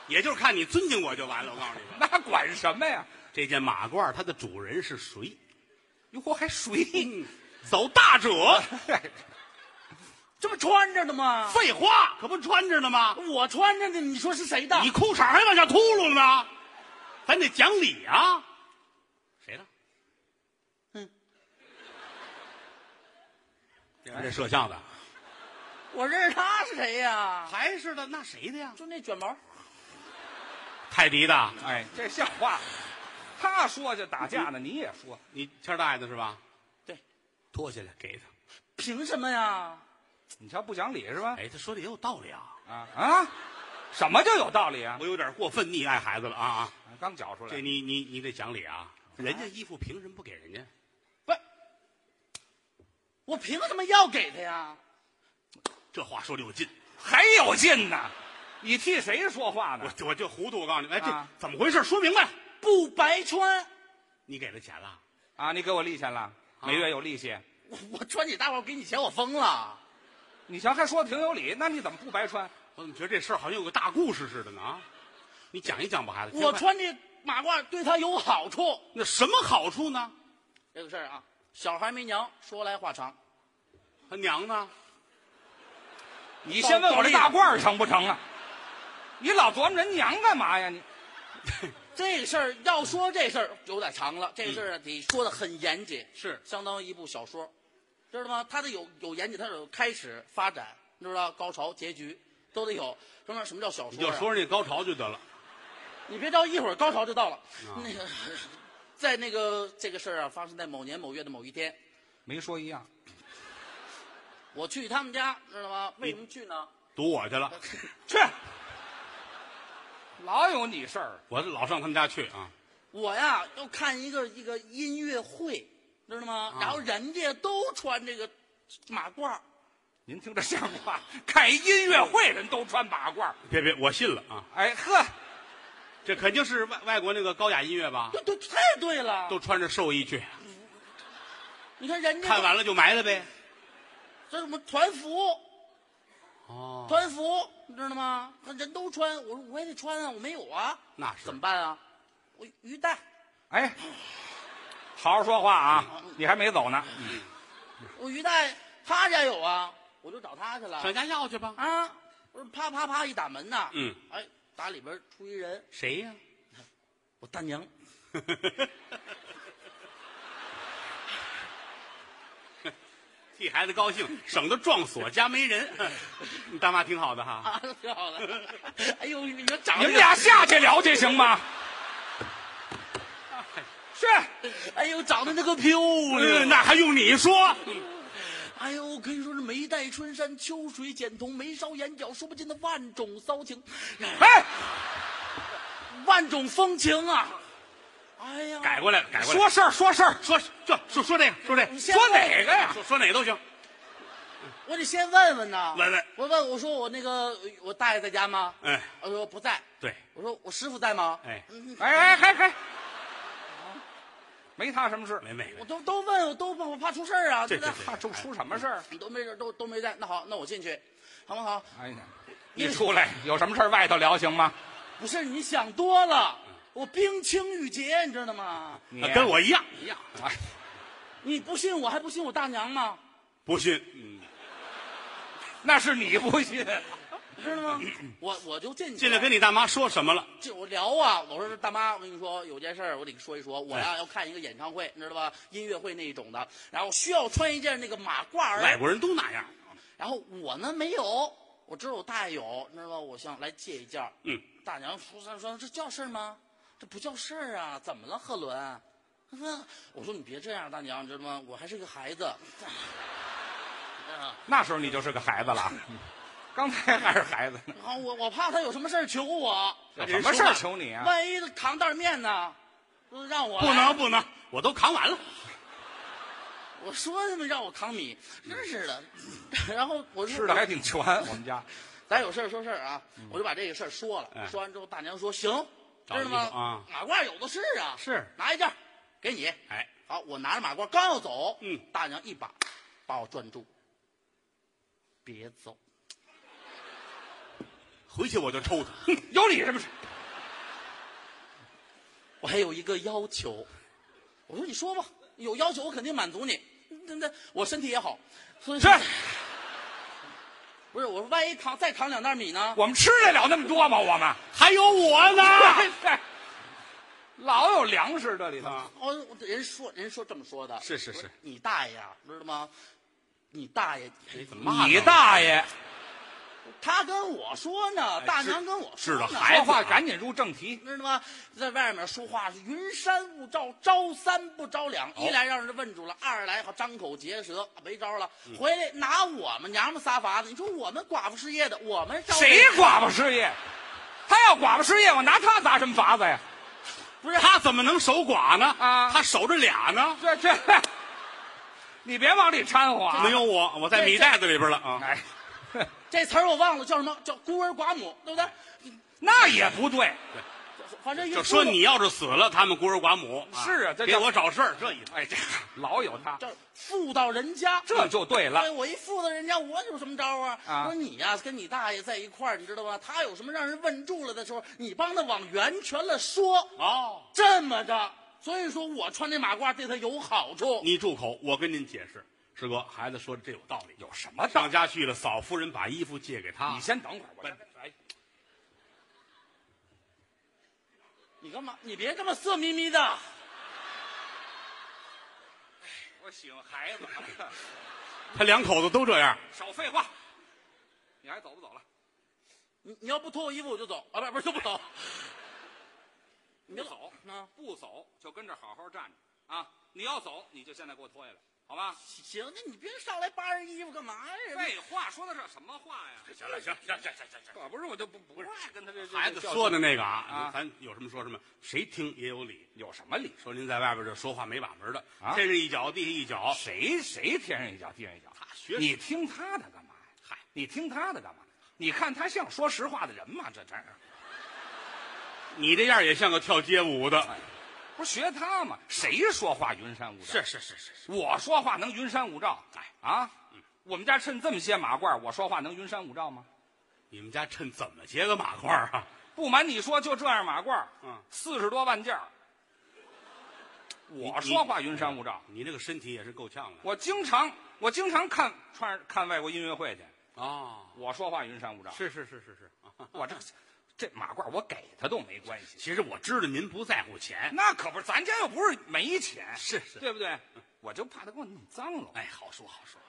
S2: 也就是看你尊敬我就完了。我告诉你吧，
S3: 那管什么呀？
S2: 这件马褂它的主人是谁？
S3: 哟嚯，还水你！
S2: 哎走大者，
S4: 这不穿着的吗？
S2: 废话，可不穿着呢吗？
S4: 我穿着的，你说是谁的？
S2: 你裤衩还往下秃噜呢，咱得讲理啊！嗯咱 这摄像的
S4: 我认识他是谁呀？
S2: 还是的，那谁的呀？
S4: 就那卷毛，
S2: 泰迪的，
S3: 哎，这像话吗？他说就打架呢，你也说，
S2: 你谦儿大爷的是吧？
S4: 对，
S2: 脱下来给他。
S4: 凭什么呀？
S3: 你瞧不讲理是吧？
S2: 哎，他说的也有道理啊，
S3: 啊啊，什么就有道理啊？哎
S2: 我有点过分溺爱孩子了啊啊！
S3: 刚搅出来哎
S2: 这，你你你得讲理啊！人家衣服凭什么不给人家？
S4: 不是，我凭什么要给他呀？
S2: 这话说的有劲，
S3: 还有劲呢！你替谁说话呢？
S2: 我我就糊涂，我告诉你，哎，这
S3: 哎啊
S2: 怎么回事？说明白。
S4: 不白穿，
S2: 你给他钱了？
S3: 啊，你给我利钱了，
S2: 啊
S3: 每月有利息。
S4: 我我穿你大褂给你钱，我疯了。
S3: 你瞧，还说的挺有理，那你怎么不白穿？
S2: 我怎么觉得这事儿好像有个大故事似的呢？啊，你讲一讲吧，孩子。
S4: 我
S2: 先
S4: 穿这马褂对他有好处。
S2: 快那什么好处呢？
S4: 这个事儿啊，小孩没娘，说来话长。
S2: 他娘呢？
S3: 你先问我这大褂儿成不成啊？你老琢磨人娘干嘛呀？你
S4: 这个事儿要说这事儿有点长了，这个事儿啊得说的很严谨，
S2: 嗯是
S4: 相当于一部小说，知道吗？它得有有严谨，它得有开始、发展，你知道高潮、结局都得有。什么什么叫小
S2: 你
S4: 说、
S2: 就
S4: 啊？
S2: 说说那高潮就得了。
S4: 你别着一会儿高潮就到了。
S2: 啊
S4: 那个， 在那个这个事儿啊，发生在某年某月的某一天，
S3: 没说一样，
S4: 我去他们家，知道吗？为什么 去呢？
S2: 堵我去了，
S3: 去，老有你事儿。
S2: 我老上他们家去啊。
S4: 我呀要看一个一个音乐会，知道吗？
S2: 啊
S4: 然后人家都穿这个马褂儿，
S3: 您听这像话？看一音乐会人都穿马褂儿，
S2: 别别，我信了啊！
S3: 哎呵，
S2: 这肯定是外外国那个高雅音乐吧？
S4: 对对，太对了。
S2: 都穿着寿衣去，
S4: 你看人家
S2: 看完了就埋了呗。
S4: 这什么团服，
S2: 哦，
S4: 团服，你知道吗？那人都穿，我说我也得穿啊，我没有啊，
S2: 那是
S4: 怎么办啊？我鱼蛋，
S3: 哎，好好说话啊！你还没走呢，
S4: 我鱼蛋他家有啊，我就找他去了
S2: 上家要去吧。
S4: 啊。我说啪啪啪一打门呐，
S2: 嗯，
S4: 哎，打里边出一人，
S2: 谁呀？
S4: 我 大娘，
S2: 替孩子高兴，省得撞锁家没人。你大妈挺好的哈。
S4: 啊，挺 好的。哎呦，你说长
S3: 你
S4: 得
S3: 们俩下去聊去行 吗？去，
S4: 哎呦，长得那个漂
S2: 嗯，
S4: 亮，
S2: 那还用你说？
S4: 哎呦，可以说是眉黛春山，秋水剪瞳，眉梢眼角，说不尽的万种骚 情，
S3: 哎，
S4: 万种风情啊！哎呀，
S2: 改过来了，改过来
S3: 说
S2: 了。
S3: 事儿说事儿，
S2: 说说说说这个，说这个，
S4: 先
S3: 说哪个呀？
S2: 说说哪个都行。
S4: 我得先问问呐，
S2: 问问
S4: 我问我说我那个我大爷在家吗？
S2: 哎，
S4: 我说不在。
S2: 对，
S4: 我说我师傅在吗？
S2: 哎，
S3: 哎哎哎哎，没他什么事，
S2: 没没
S4: 我都都问，我都问，我怕出事儿啊，
S2: 对
S4: 不对？
S2: 对
S3: 他出出什么事儿？
S4: 你都没事，都都没在。那好，那我进去，好不好？
S3: 哎呀，一出来有什么事儿外头聊行吗？
S4: 不是你想多了，我冰清玉洁，你知道吗？
S3: 你
S2: 啊跟我一样一样，
S3: 哎
S4: 你不信我还不信我大娘吗？
S2: 不信。嗯，
S3: 那是你不信，
S4: 知道吗？我我就进去了，
S2: 进来跟你大妈说什么了？
S4: 这我聊啊，我说大妈，我跟你说有件事儿，我得说一说。我
S2: 哎
S4: 呀、要看一个演唱会，你知道吧？音乐会那一种的，然后需要穿一件那个马褂
S3: 哎
S2: 外
S4: 儿，
S2: 国人都那样。
S4: 然后我呢没有，我知道我大爷有，你知道吧？我想来借一件儿。
S2: 嗯，
S4: 大娘说说说这叫事儿吗？这不叫事儿啊！怎么了，贺伦？ 他说我说你别这样，大娘，你知道吗？我还是个孩子。 啊，
S3: 那时候你就是个孩子 了，刚才还是孩子呢，
S4: 然后我我怕他有什么事儿求我，
S3: 有什么事儿求你啊？
S4: 万一他扛袋儿面呢？就是让我
S2: 不
S4: 来
S2: 能不能，我都扛完了。
S4: 我说他们让我扛米，真是的。
S2: 嗯
S4: 然后我说
S3: 吃的还挺全，我们家
S4: 咱有事儿说事儿啊，我就把这个事儿说了。
S2: 嗯哎
S4: 说完之后，大娘说行，知
S2: 找衣
S4: 道
S2: 服
S4: 吗？
S2: 啊
S4: 马褂有的是啊，
S2: 是
S4: 拿一件儿给你。
S2: 哎，
S4: 好，我拿着马褂刚要走，
S2: 嗯
S4: 大娘一把把我攥住，别走。
S2: 回去我就抽他。哼
S3: 有你什么事？
S4: 我还有一个要求，我说你说吧，有要求我肯定满足你。那那我身体也好，所以
S3: 是
S4: 不是我说万一扛再扛两袋米呢？
S3: 我们吃得了那么多吗？我 们
S2: 还有我 呢。
S3: 老有粮食这里头。
S2: 啊
S4: 哦，人说人说这么说的，
S2: 是是
S4: 我说
S2: 是
S4: 你大爷啊，知道吗？你大爷！
S2: 你怎么骂
S3: 你
S2: 他
S3: 大爷！
S4: 他跟我说呢，大娘跟我说
S2: 哎是的
S4: 呢，
S2: 孩子
S3: 说话
S2: 啊
S3: 赶紧入正题。
S4: 知道吗？在外面说话是云山雾罩，招三不招
S2: 哦
S4: 两，一来让人问住了，二来好张口结舌，没招了。
S2: 嗯
S4: 回来拿我们娘们仨法子，你说我们寡妇失业的，我们招
S3: 谁寡妇失业？他要寡妇失业，我拿他砸什么法子呀？
S4: 不是
S2: 他怎么能守寡呢？
S3: 啊
S2: 他守着俩呢，
S3: 这这， 你别往里掺和啊！
S2: 没有我，我在
S4: 这
S2: 米袋子里边了啊。
S3: 哎，
S4: 这词儿我忘了叫什么，叫孤儿寡母，对不对？
S3: 那也不对。
S4: 反正一
S2: 哎就说
S4: 出
S2: 你要是死了，他们孤儿寡母啊
S3: 是啊这
S2: 给
S3: 叫
S2: 我找事儿，这一
S3: 哎，这老有他，
S4: 这妇道人家，
S3: 这就对了
S4: 对。我一妇道人家，我有什么招啊？
S3: 啊
S4: 我说你呀、跟你大爷在一块儿，你知道吗？他有什么让人问住了的时候，你帮他往圆全了说，
S2: 哦，
S4: 这么着。所以说我穿这马褂对他有好处。
S2: 你住口！我跟您解释，师哥，孩子说的这有道理。
S3: 有什么道
S2: 上
S3: 理？
S2: 家去了，嫂夫人把衣服借给他
S3: 你。先等会儿，我这哎
S4: 你干嘛？你别这么色眯眯的。
S3: 我喜欢孩子，
S2: 他两口子都这样。
S3: 少废话。你还走不走了？
S4: 你你要不脱我衣服我就走啊！不是不是就不走。你
S3: 不
S4: 就
S3: 走
S4: 啊？
S3: 不走就跟这儿好好站着啊！你要走，你就现在给我脱下来，好吗？
S4: 行，那你别上来扒人衣服干嘛呀？
S3: 废话，说的这什么话呀？
S2: 行了，行行行行行
S3: 可不是，我就不不爱跟他这
S2: 孩子说的那个
S3: 啊
S2: 啊，咱有什么说什么，谁听也有理。
S3: 有什么理？
S2: 说您在外边这说话没把门的
S3: 啊，
S2: 天上一脚，地下一脚，
S3: 谁谁天上一脚地上一脚？
S2: 他学
S3: 你听他的干嘛呀？
S2: 嗨，
S3: 你听他的干嘛？你看他像说实话的人吗？这真是
S2: 你这样也像个跳街舞的。
S3: 不是学他吗？谁说话云山雾罩？
S2: 是是是是是，
S3: 我说话能云山雾罩？哎啊，我们家趁这么些马褂，我说话能云山雾罩吗？
S2: 你们家趁怎么结个马褂啊？
S3: 不瞒你说，就这样马褂，
S2: 嗯
S3: 四十多万件儿
S2: 你
S3: 我说话云山雾罩，
S2: 你这个身体也是够呛的
S3: 我经常我经常看穿看外国音乐会去，
S2: 哦，
S3: 我说话云山雾罩。
S2: 是是是是是啊。
S3: 我这这马褂我给他都没关系，
S2: 其实我知道您不在乎钱，
S3: 那可不是，咱家又不是没钱，
S2: 是是
S3: 对不对？我就怕他给我弄脏了，
S2: 哎，好说好说。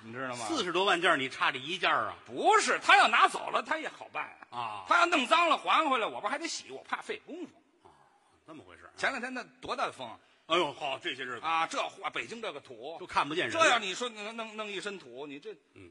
S3: 你知道吗？
S2: 四十多万件儿，你差这一件儿啊？
S3: 不是他要拿走了，他也好办
S2: 啊
S3: 他要弄脏了还回来，我不还得洗？我怕费功夫。
S2: 这么回事儿啊？
S3: 前两天那多大的风啊
S2: 哎呦，好，这些日子
S3: 啊！这话北京这个土
S2: 都，看不见人了。
S3: 这要你说你弄弄弄一身土，你这
S2: 嗯，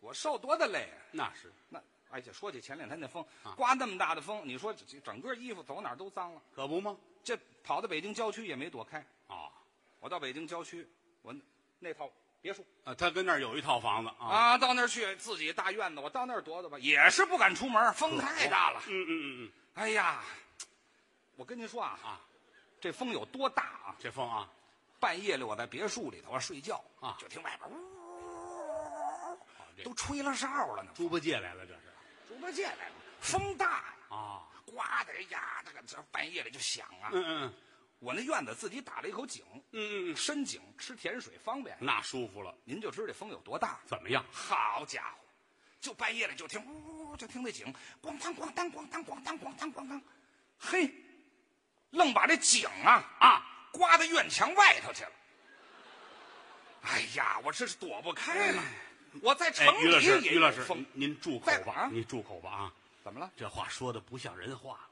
S3: 我受多大累啊！
S2: 那是
S3: 那而且说起前两天那风
S2: 啊，
S3: 刮那么大的风，你说这整个衣服走哪儿都脏了。
S2: 可不吗？
S3: 这跑到北京郊区也没躲开，
S2: 啊
S3: 我到北京郊区，我那那套别墅
S2: 啊，他跟那儿有一套房子啊。
S3: 啊，到那儿去自己大院子，我到那儿躲躲吧，也是不敢出门，风太大了。
S2: 嗯嗯嗯嗯
S3: 哎呀，我跟您说啊，
S2: 啊，
S3: 这风有多大啊？
S2: 这风啊，
S3: 半夜里我在别墅里头啊睡觉
S2: 啊
S3: 就听外边呜，
S2: 好这
S3: 都吹了哨了呢，
S2: 猪八戒来了，这是
S3: 猪八戒来了，风大呀，
S2: 啊。
S3: 刮的哎呀，这个这半夜里就响啊。
S2: 嗯嗯
S3: 我那院子自己打了一口井，
S2: 嗯嗯嗯，嗯
S3: 深井吃甜水方便，
S2: 那舒服了。
S3: 您就知道这风有多大。
S2: 怎么样？
S3: 好家伙，就半夜里就听呜，就听那井咣当咣当咣当咣当咣当咣当，嘿，愣把这井啊啊刮到院墙外头去了。哎呀，我这是躲不开了，我在城
S2: 哎，于老
S3: 里
S2: 师，
S3: 也
S2: 于老
S3: 有
S2: 师，
S3: 风
S2: 您，您住口
S3: 在哪
S2: 吧
S3: 儿，
S2: 您住口吧啊！
S3: 怎么了？
S2: 这话说的不像人话了，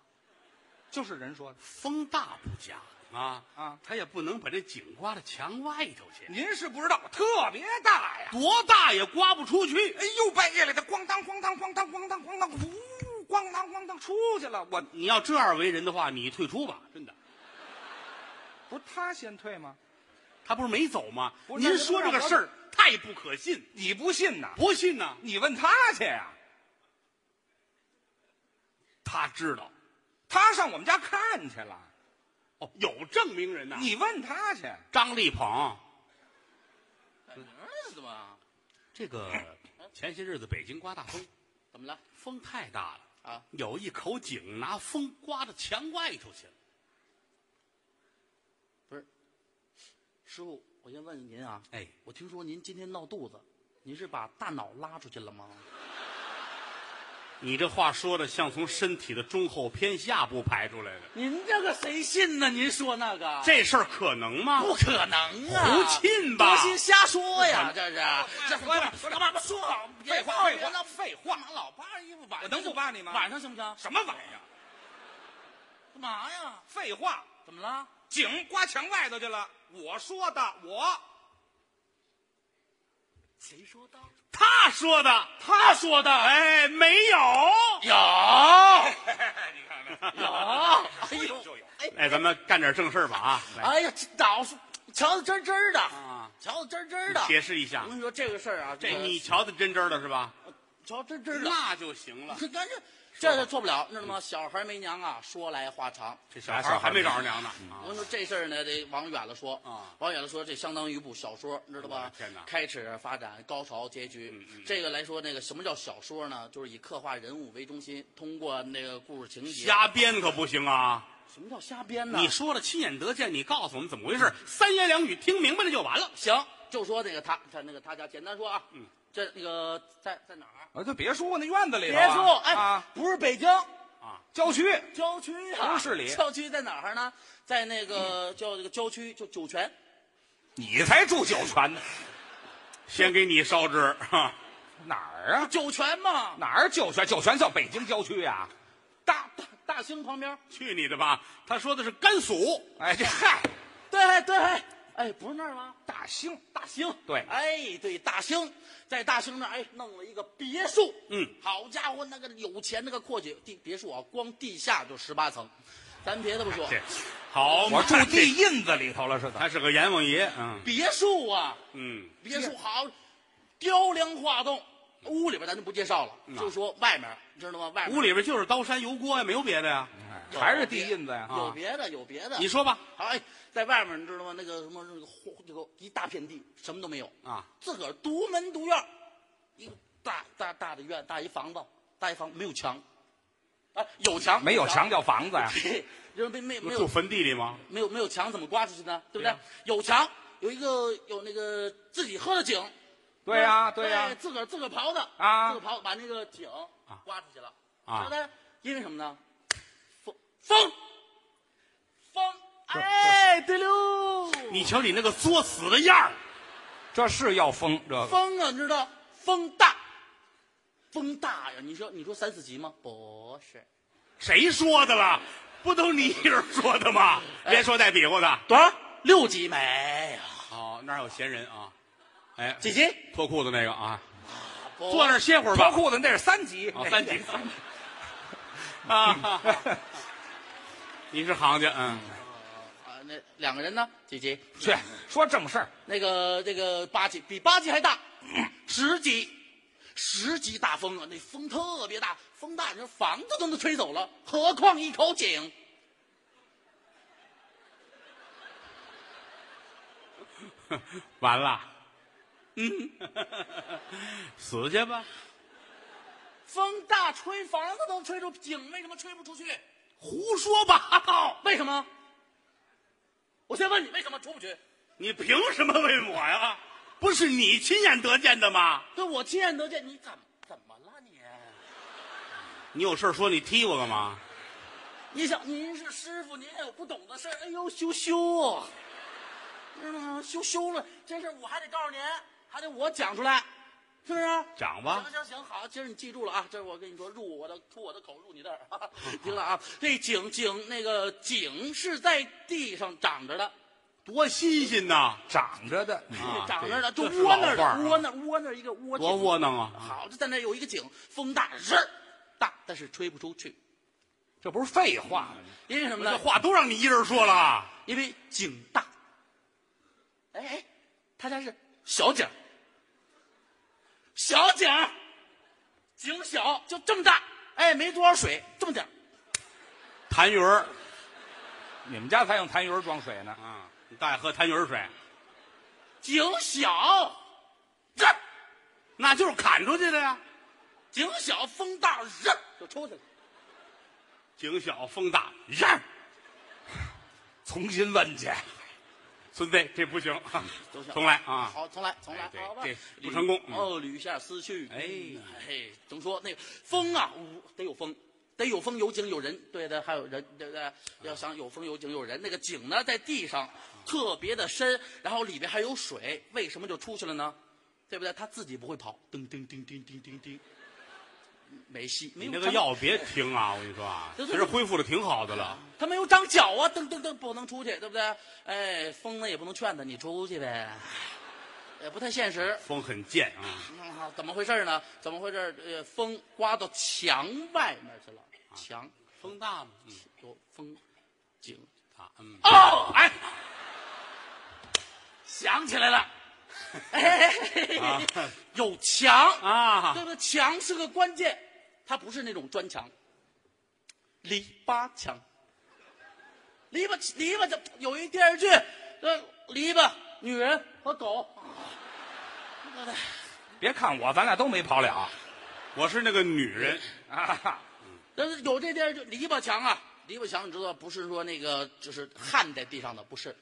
S3: 就是人说的。
S2: 风大不假啊
S3: 啊，
S2: 他也不能把这井刮到墙外头去，
S3: 您是不知道，特别大呀！
S2: 多大也刮不出去。
S3: 哎呦，半夜里的咣当咣当咣当咣当咣当，呜，咣当咣当出去了。我
S2: 你要这样为人的话，你退出吧，真的。
S3: 不是他先退吗？
S2: 他不是没走吗？
S3: 不是
S2: 您说这个事儿太不可信，
S3: 你不信呐？
S2: 不信呢？
S3: 你问他去呀、
S2: 他知道，
S3: 他上我们家看去了，
S2: 哦，有证明人呐。
S3: 你问他去。
S2: 张立鹏，
S4: 哎儿子嘛，
S2: 这个前些日子北京刮大风，
S4: 怎么了？
S2: 风太大了
S4: 啊！
S2: 有一口井拿风刮到墙外头去了。
S4: 不是，师傅，我先问问您啊，
S2: 哎，
S4: 我听说您今天闹肚子，您是把大脑拉出去了吗？
S2: 你这话说的像从身体的中后偏下部排出来的，
S4: 您这个谁信呢？您说那个
S2: 这事儿可能吗？
S4: 不可能啊！
S2: 胡沁吧
S4: 多心瞎说呀，这是这
S3: 说了说了
S4: 了，说好
S3: 废话
S4: 别
S3: 废话
S4: 闹
S3: 废话
S4: 干嘛老扒衣服吧？
S3: 我能不扒你吗
S4: 晚上行不行？
S3: 什么玩意儿？
S4: 干嘛呀？
S3: 废话，
S4: 怎么了？
S3: 井刮墙外头去了。我说的，我
S4: 谁说的？
S2: 他说的，
S4: 他说的。
S2: 哎，没有。
S4: 有
S3: 你看看，
S4: 有，哎
S3: 有
S4: 呦
S3: 就有，
S4: 哎
S2: 哎，咱们干点正事儿吧啊！来，
S4: 哎呀，这脑是瞧得真真的，
S2: 啊
S4: 瞧得真真的。
S2: 解释一下
S4: 我，跟你说这个事儿啊，
S2: 这
S4: 个
S2: 你瞧的真真的是吧？
S4: 瞧真真的，
S2: 那就行了。
S4: 这干这这是错不了，你知道吗？小孩没娘啊，说来话长。
S2: 这小孩儿还没找着娘呢。
S4: 我跟你说这事儿呢，得往远了说
S2: 啊
S4: 往远了说，这相当于一部小说，你知道
S2: 我
S4: 吧
S2: 的？天哪
S4: 开始发展，高潮结局。这个来说，那个什么叫小说呢？就是以刻画人物为中心，通过那个故事情节。
S2: 瞎编可不行啊！
S4: 什么叫瞎编呢？
S2: 你说了亲眼得见，你告诉我们怎么回事，三言两语听明白了就完了。
S4: 行，就说那个他，他那个他家，简单说啊，嗯，这那个在在哪儿？
S3: 哎我就别说那院子里
S4: 别
S3: 头啊
S4: 说，哎，
S3: 啊，
S4: 不是北京
S3: 郊区
S4: 郊区啊，
S3: 不是市里
S4: 郊区在哪儿呢？在那个叫这个郊区，就酒泉。
S3: 你才住酒泉呢，
S2: 先给你烧纸，哈，
S3: 哪儿啊？
S4: 酒泉嘛，
S3: 哪儿酒泉？酒泉叫北京郊区呀、
S4: 大大大兴旁边。
S2: 去你的吧！他说的是甘肃，
S3: 哎，这嗨，
S4: 对对，哎，不是那儿吗？
S3: 大兴
S4: 大兴。
S3: 对
S4: 哎，对，大兴，在大兴那儿哎弄了一个别墅。
S2: 嗯，
S4: 好家伙，那个有钱那个阔姐地别墅啊，光地下就十八层，咱别的不说，
S2: 这好嘛，
S3: 我住地印子里头了，是怎么？
S2: 他是个阎王爷，嗯
S4: 别墅啊，
S2: 嗯，
S4: 别墅好，雕梁画栋，屋里边咱就不介绍了，
S2: 啊
S4: 就说外面，你知道吗？外面
S2: 屋里边就是刀山油锅呀，没有别的呀。
S4: 有
S3: 还是地印子呀啊
S4: 别有别的，有别的。
S2: 啊你说吧，
S4: 好，哎，在外面你知道吗？那个什么，那个荒这个一大片地，什么都没有
S2: 啊，
S4: 自个儿独门独院儿，一个大大大的院，大一房子，大一房没有墙，啊，有墙
S3: 没有墙 叫房子呀、
S4: 嘿就是没没
S2: 不
S4: 没
S2: 住
S4: 有
S2: 坟地里吗？
S4: 没有没有墙怎么刮出去呢？对
S2: 对
S4: 不对
S2: 呀？
S4: 有墙，有一个有那个自己喝的井，
S3: 对呀
S4: 对
S3: 对呀
S4: 自个儿自个儿刨的
S3: 啊
S4: 自个儿刨把那个井刮出去了
S2: 啊
S4: 对不对？因为什么呢？风风风，哎，对喽，
S2: 你瞧你那个作死的样儿，
S3: 这是要封这个。
S4: 风啊，你知道风大，风大呀！你说你说三四级吗？不是，
S2: 谁说的了？不都你一人说的吗？别说带比划的。
S4: 多少？六级没有？
S2: 哦，那儿有闲人啊，哎，
S4: 几级？
S2: 脱裤子那个啊，
S4: 不
S2: 坐那儿歇会儿
S3: 脱
S2: 吧。
S3: 裤子那是三级，哎
S2: 哦，三 级。啊，你是行家，嗯，
S4: 啊，那两个人呢？几级？
S3: 去说正事儿，
S4: 那个这个八级比八级还大，十级，十级大风啊！那风特别大，风大，你说房子都能吹走了，何况一口井？
S2: 完了，嗯， 死去吧，
S4: 风大吹房子都吹出井，为什么吹不出去？
S2: 胡说八道，
S4: 为什么？我先问你，为什么出不去？
S2: 你凭什么问我呀？不是你亲眼得见的吗？
S4: 对我亲眼得见，你怎么怎么了你？
S2: 你有事儿说你踢我干嘛？
S4: 你想，您是师傅，您还有不懂的事儿，哎呦，羞羞啊，知道吗？羞羞了，这事儿我还得告诉您，还得我讲出来，是不是？
S2: 讲吧
S4: 行行行，好，今儿你记住了啊，这是我跟你说，入我的出我的口，入你的耳，听了啊。这井井那个井是在地上长着的，
S2: 多新鲜呐！
S3: 长着的。
S2: 啊
S4: 长着的，就
S2: 这是
S4: 窝那儿
S2: 老话儿
S4: 的，
S2: 啊
S4: 窝那儿窝那儿一个窝井。
S2: 多窝囊啊！
S4: 好，就在那儿有一个井，风大日儿大，但是吹不出去，
S3: 这不是废话吗？
S4: 因为什么
S2: 这
S4: 呢？
S2: 话都让你一人说了，
S4: 因为井大。哎哎，他家是小井儿，小井儿，井小就这么大，哎，没多少水，这么点儿
S2: 痰盂儿
S3: 你们家才用痰盂儿装水呢。
S2: 啊，你大爷喝痰盂儿水，
S4: 井小，这儿
S2: 那就是砍出去的呀。
S4: 井小风大，这儿就抽起来。
S2: 井小风大，呀，
S3: 重新问去，
S2: 孙子，这不行，
S4: 都行
S2: 重来啊！
S4: 好，重来，重来
S2: 哎，对
S4: 好吧
S2: 这，
S4: 捋
S2: 不成功嗯
S4: 哦，捋一下思绪，
S2: 哎
S4: 嗯嘿，怎么说那个风啊，呜得有风，得有风，有景有人，对的，还有人，对不对？要想有风有景有人，那个景呢在地上特别的深，然后里边还有水，为什么就出去了呢？对不对？他自己不会跑，噔噔噔噔噔噔噔，没戏，没
S2: 你
S4: 有
S2: 那个
S4: 张
S2: 药别停啊！我跟你说啊，
S4: 对
S2: 其
S4: 对
S2: 实恢复的挺好的了。
S4: 他没有长脚啊，噔噔噔，不能出去，对不对？哎，风呢也不能劝他，你出去呗，也不太现实。
S2: 风很贱啊，
S4: 嗯，好，怎么回事呢？怎么回事？呃，风刮到墙外面去了，
S2: 啊
S4: 墙
S2: 风大嘛，嗯，
S4: 有风景。
S2: 大，嗯，
S4: 哦，哎，想起来了，哎
S2: 啊
S4: 有墙，
S2: 啊
S4: 对，不对？墙是个关键，它不是那种砖墙，篱笆墙。篱笆篱笆这有一电视剧，呃，篱笆女人和狗，
S3: 别看我，咱俩都没跑了
S2: 我是那个女人，
S3: 啊！
S4: 但是有这电视剧篱笆墙啊，篱笆墙你知道不是说那个就是焊在地上的，不是，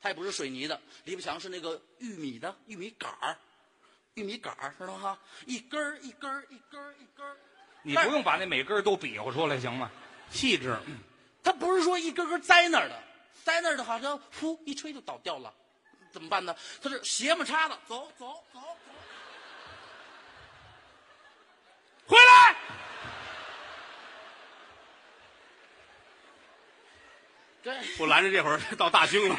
S4: 它也不是水泥的，篱笆墙是那个玉米的玉米杆儿，玉米杆儿知道吗？一根儿一根儿一根儿一根儿，
S3: 你不用把那每嗯根儿都比划出来行吗？
S2: 气质，
S4: 它不是说一根根栽那儿的，栽那儿的好像呼一吹就倒掉了，怎么办呢？它是斜么叉子，走走走走，
S2: 回来，
S4: 对，
S2: 不拦着这会儿 到大兴了，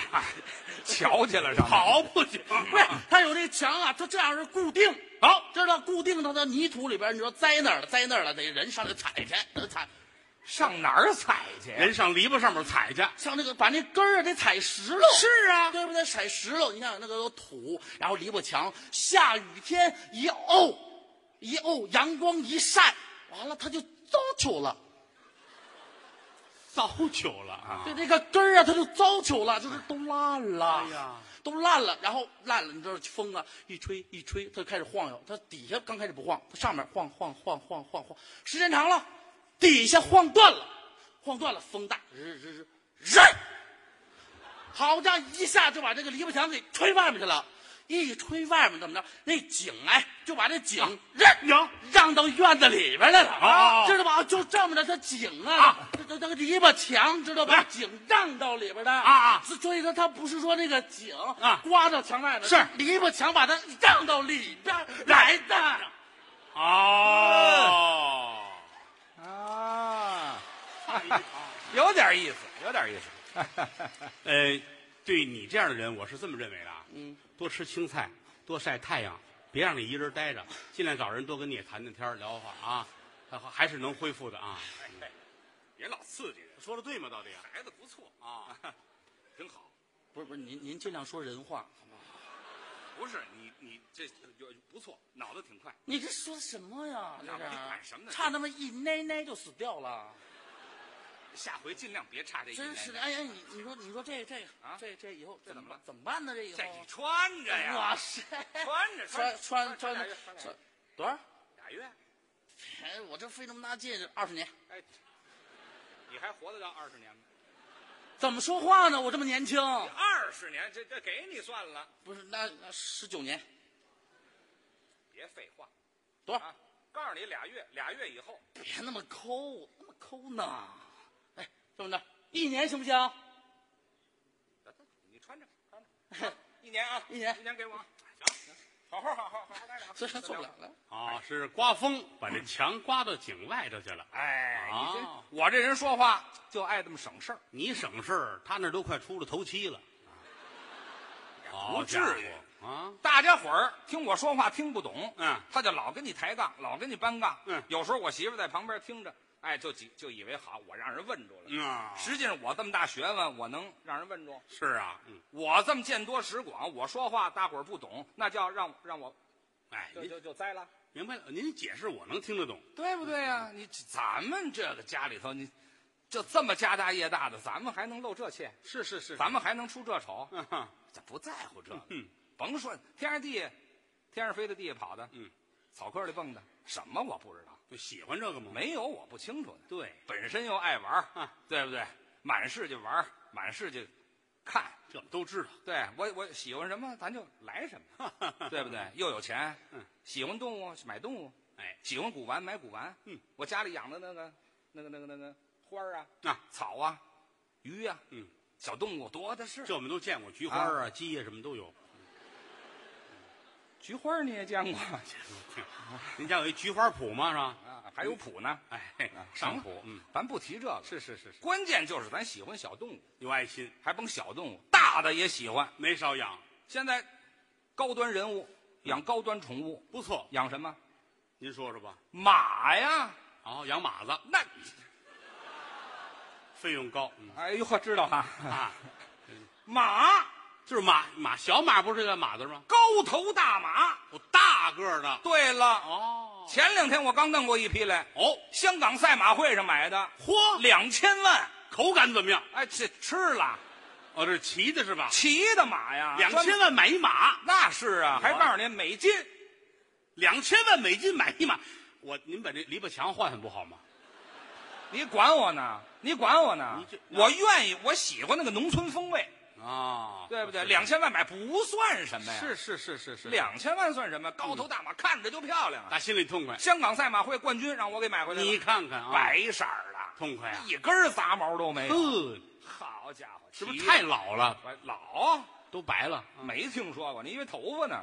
S3: 瞧去了上面
S2: 跑不行，
S4: 不是它有这墙啊，它这样是固定，
S2: 好，
S4: 知道固定到它泥土里边，你说栽那儿了，栽那儿了，得人上去踩去，得踩。
S3: 上哪儿踩去呀？
S2: 人上篱笆上面踩去，
S4: 像那个把那根儿啊得踩石头，
S3: 是啊
S4: 对不对？踩石头，你想想那个有土，然后篱笆墙，下雨天一沤，一沤，阳光一晒，完了它就糟朽了。
S2: 糟朽了啊
S4: 对，这个根儿啊，它就糟朽了，就是都烂了，
S2: 哎呀
S4: 都烂了，然后烂了，你知道风啊，一吹一吹，它就开始晃悠，它底下刚开始不晃，它上面晃晃晃晃晃晃，时间长了，底下晃断了，晃断了，风大，日日日日，好家伙，一下就把这个篱笆墙给吹外面去了。一吹外面怎么着？那井哎，就把这井让、
S2: 有
S4: 让到院子里边来了
S2: 啊哦
S4: 知道吧？就这么着，它井啊，哎这这这个篱笆墙，知道吧？井让到里边的
S2: 啊啊
S4: 所所以说它不是说那个井
S2: 啊
S4: 刮到墙外了，
S2: 是
S4: 篱笆墙把它让到里边来的。
S2: 哦，
S3: 啊，有点意思，有点意思。
S2: 呃，对你这样的人，我是这么认为的啊，嗯，多吃青菜，多晒太阳，别让你一人待着，尽量找人多跟你也谈谈天儿聊会儿啊，还还是能恢复的啊。
S3: 别老刺激人，
S2: 说的对吗？到底
S3: 哎孩子不错，
S2: 啊，
S3: 挺好。
S4: 不是不是，您您尽量说人话，好吗？
S3: 不是你，你这有不错，脑子挺快。
S4: 你这说什么呀？这
S3: 哪
S4: 是
S3: 你管什么呢
S4: 差那么一奶奶就死掉了，
S3: 下回尽量别差这一
S4: 真是的！
S3: 年
S4: 哎呀，你你说你说这这个
S3: 啊
S4: 这这以后
S3: 这怎么
S4: 办
S3: 了
S4: 怎么办呢？这以后
S3: 这你穿着
S4: 哇
S3: 呀，
S4: 塞，
S3: 穿着
S4: 穿穿
S3: 穿
S4: 穿
S3: 俩
S4: 的
S3: 月，穿俩
S4: 穿
S3: 月
S4: 多少？
S3: 俩月，
S4: 哎，我这费那么大劲，二十年，
S3: 哎，你还活得到二十年吗？
S4: 怎么说话呢？我这么年轻，
S3: 二十年，这这给你算了，
S4: 不是那那十九年
S3: 别废话
S4: 多少
S3: 啊！告诉你，俩月，俩月以后
S4: 别那么抠，那么抠呢？哎，这么着，一年行不行？
S3: 你穿着穿着，一年啊，
S4: 一年
S3: 一年给我，行行，好好好好好好待着啊，
S4: 所以说做不了了。
S2: 啊，是刮风把这墙刮到井外头去了。
S3: 哎，你这、
S2: 啊
S3: 我这人说话就爱这么省事儿，
S2: 你省事儿，他那儿都快出了头七了，啊好
S3: 不至
S2: 家
S3: 于。
S2: 伙啊！
S3: 大家伙儿听我说话听不懂，
S2: 嗯
S3: 他就老跟你抬杠，老跟你搬杠，
S2: 嗯
S3: 有时候我媳妇在旁边听着，哎，就以就以为好，我让人问住了，
S2: 啊，
S3: 实际上我这么大学问，我能让人问住？
S2: 是啊，嗯，
S3: 我这么见多识广，我说话大伙儿不懂，那叫让让我
S2: 哎，
S3: 就
S2: 您
S3: 就就栽了，
S2: 明白了，您解释我能听得懂。
S3: 对不对呀、
S2: 啊
S3: 你嗯咱们这个家里头，你就这么家大业大的，咱们还能露这怯？
S2: 是是是咱
S3: 咱
S2: 们
S3: 们还能出这丑？
S2: 嗯哼
S3: 咱不在乎这个，
S2: 嗯
S3: 甭说天上地，天上飞的，地下跑的，
S2: 嗯，
S3: 草坑里蹦的，什么我不知道，
S2: 就喜欢这个吗？
S3: 没有我不清楚的。
S2: 对，
S3: 本身又爱玩儿
S2: 嗯啊，
S3: 对不对？满世界玩儿，满世界看，
S2: 这都知道。
S3: 对我我喜欢什么，咱就来什么， 对不对？又有钱，喜欢动物买动物，
S2: 嗯哎，
S3: 喜欢古玩买古玩。
S2: 嗯，
S3: 我家里养的那个那个那个那个花儿啊、
S2: 啊
S3: 草啊、鱼啊，
S2: 嗯，
S3: 小动物多的是。
S2: 这我们都见过，菊花啊、鸡呀什么都有。
S3: 菊花你也见过
S2: 您家有一菊花圃吗？是吧？
S3: 啊？还有谱呢，
S2: 哎
S3: 啊，
S2: 上
S3: 行
S2: 圃，嗯，
S3: 咱不提这个。
S2: 是是是是，
S3: 关键就是咱喜欢小动物，
S2: 有爱心，
S3: 还甭小动物，大的也喜欢。
S2: 没少养，
S3: 现在高端人
S2: 嗯
S3: 物养高端宠物，
S2: 不错。
S3: 养什么
S2: 您说说吧。
S3: 马呀？
S2: 哦，养马子
S3: 那
S2: 费用高，嗯
S3: 哎呦呵，知道 哈、
S2: 啊，
S3: 马
S2: 就是马马小马不是叫马字吗？
S3: 高头大马。
S2: 我大个儿的。
S3: 对了，
S2: 哦
S3: 前两天我刚弄过一批来，
S2: 哦，
S3: 香港赛马会上买的，
S2: 嚯，
S3: 两千万。
S2: 口感怎么样？
S3: 哎，这吃了
S2: 哦，这是骑的是吧？
S3: 骑的马呀，
S2: 两
S3: 专
S2: 千万买一马，
S3: 那是啊，还告诉你美金。
S2: 两千万美金买一马，我您把这篱笆墙换换不好吗？
S3: 你管我呢？你管我呢
S2: 你这？
S3: 我愿意，我喜欢那个农村风味，
S2: 啊，
S3: 对不对？
S2: 是
S3: 两千万买不算什么呀，
S2: 是是是是是，嗯
S3: 两千万算什么？高头大马看着就漂亮啊！
S2: 打心里痛快。
S3: 香港赛马会冠军让我给买回来了，
S2: 你看看啊，
S3: 白色儿的，
S2: 痛快啊！
S3: 一根儿杂毛都没有。
S2: 嗯，
S3: 好家伙，
S2: 是不
S3: 骑
S2: 是
S3: 着
S2: 太老了？
S3: 老？
S2: 都白了。
S3: 没听说过，你以为头发呢？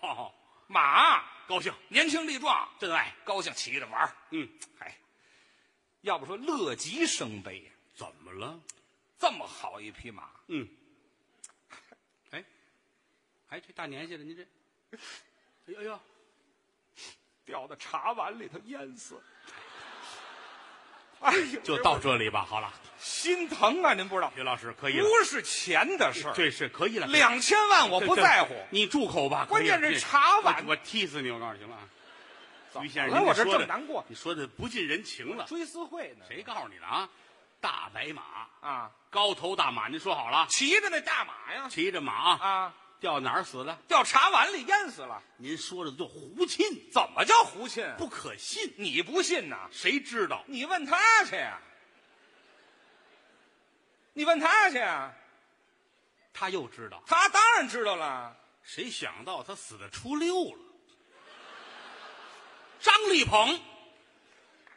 S2: 哦，
S3: 马
S2: 高兴，
S3: 年轻力壮，
S2: 真爱。
S3: 高兴骑着玩儿
S2: 嗯，
S3: 嗨，要不说乐极生悲呀，
S2: 怎么了？
S3: 这么好一匹马，
S2: 嗯，哎，哎，这大年纪了，您这，哎呦哎呦，
S3: 掉到茶碗里头淹死了。哎呦，
S2: 就到这里吧。好了，
S3: 心疼啊！您不知道，
S2: 于老师可以了，
S3: 不是钱的事儿，
S2: 这是可以了。
S3: 两千万我
S2: 这
S3: 不
S2: 这
S3: 在乎。
S2: 你住口吧。
S3: 关键
S2: 可以了
S3: 是茶碗
S2: 我我踢死你！我告诉你，行了啊，于先
S3: 怎么
S2: 生，
S3: 了我这
S2: 您说的
S3: 正难过
S2: 你说的不近人情了。
S3: 追思会呢？
S2: 谁告诉你的啊？大白马，
S3: 啊？
S2: 高头大马，您说好了，
S3: 骑着那大马呀
S2: 骑着马啊，
S3: 啊，
S2: 掉哪儿死的？
S3: 掉茶碗里淹死了。
S2: 您说的就胡沁，
S3: 怎么叫胡沁？
S2: 不可信，
S3: 你不信呐？
S2: 谁知道？
S3: 你问他去呀、你问他去呀、
S2: 他又知道，
S3: 他当然知道了。
S2: 谁想到他死的初六了？张立鹏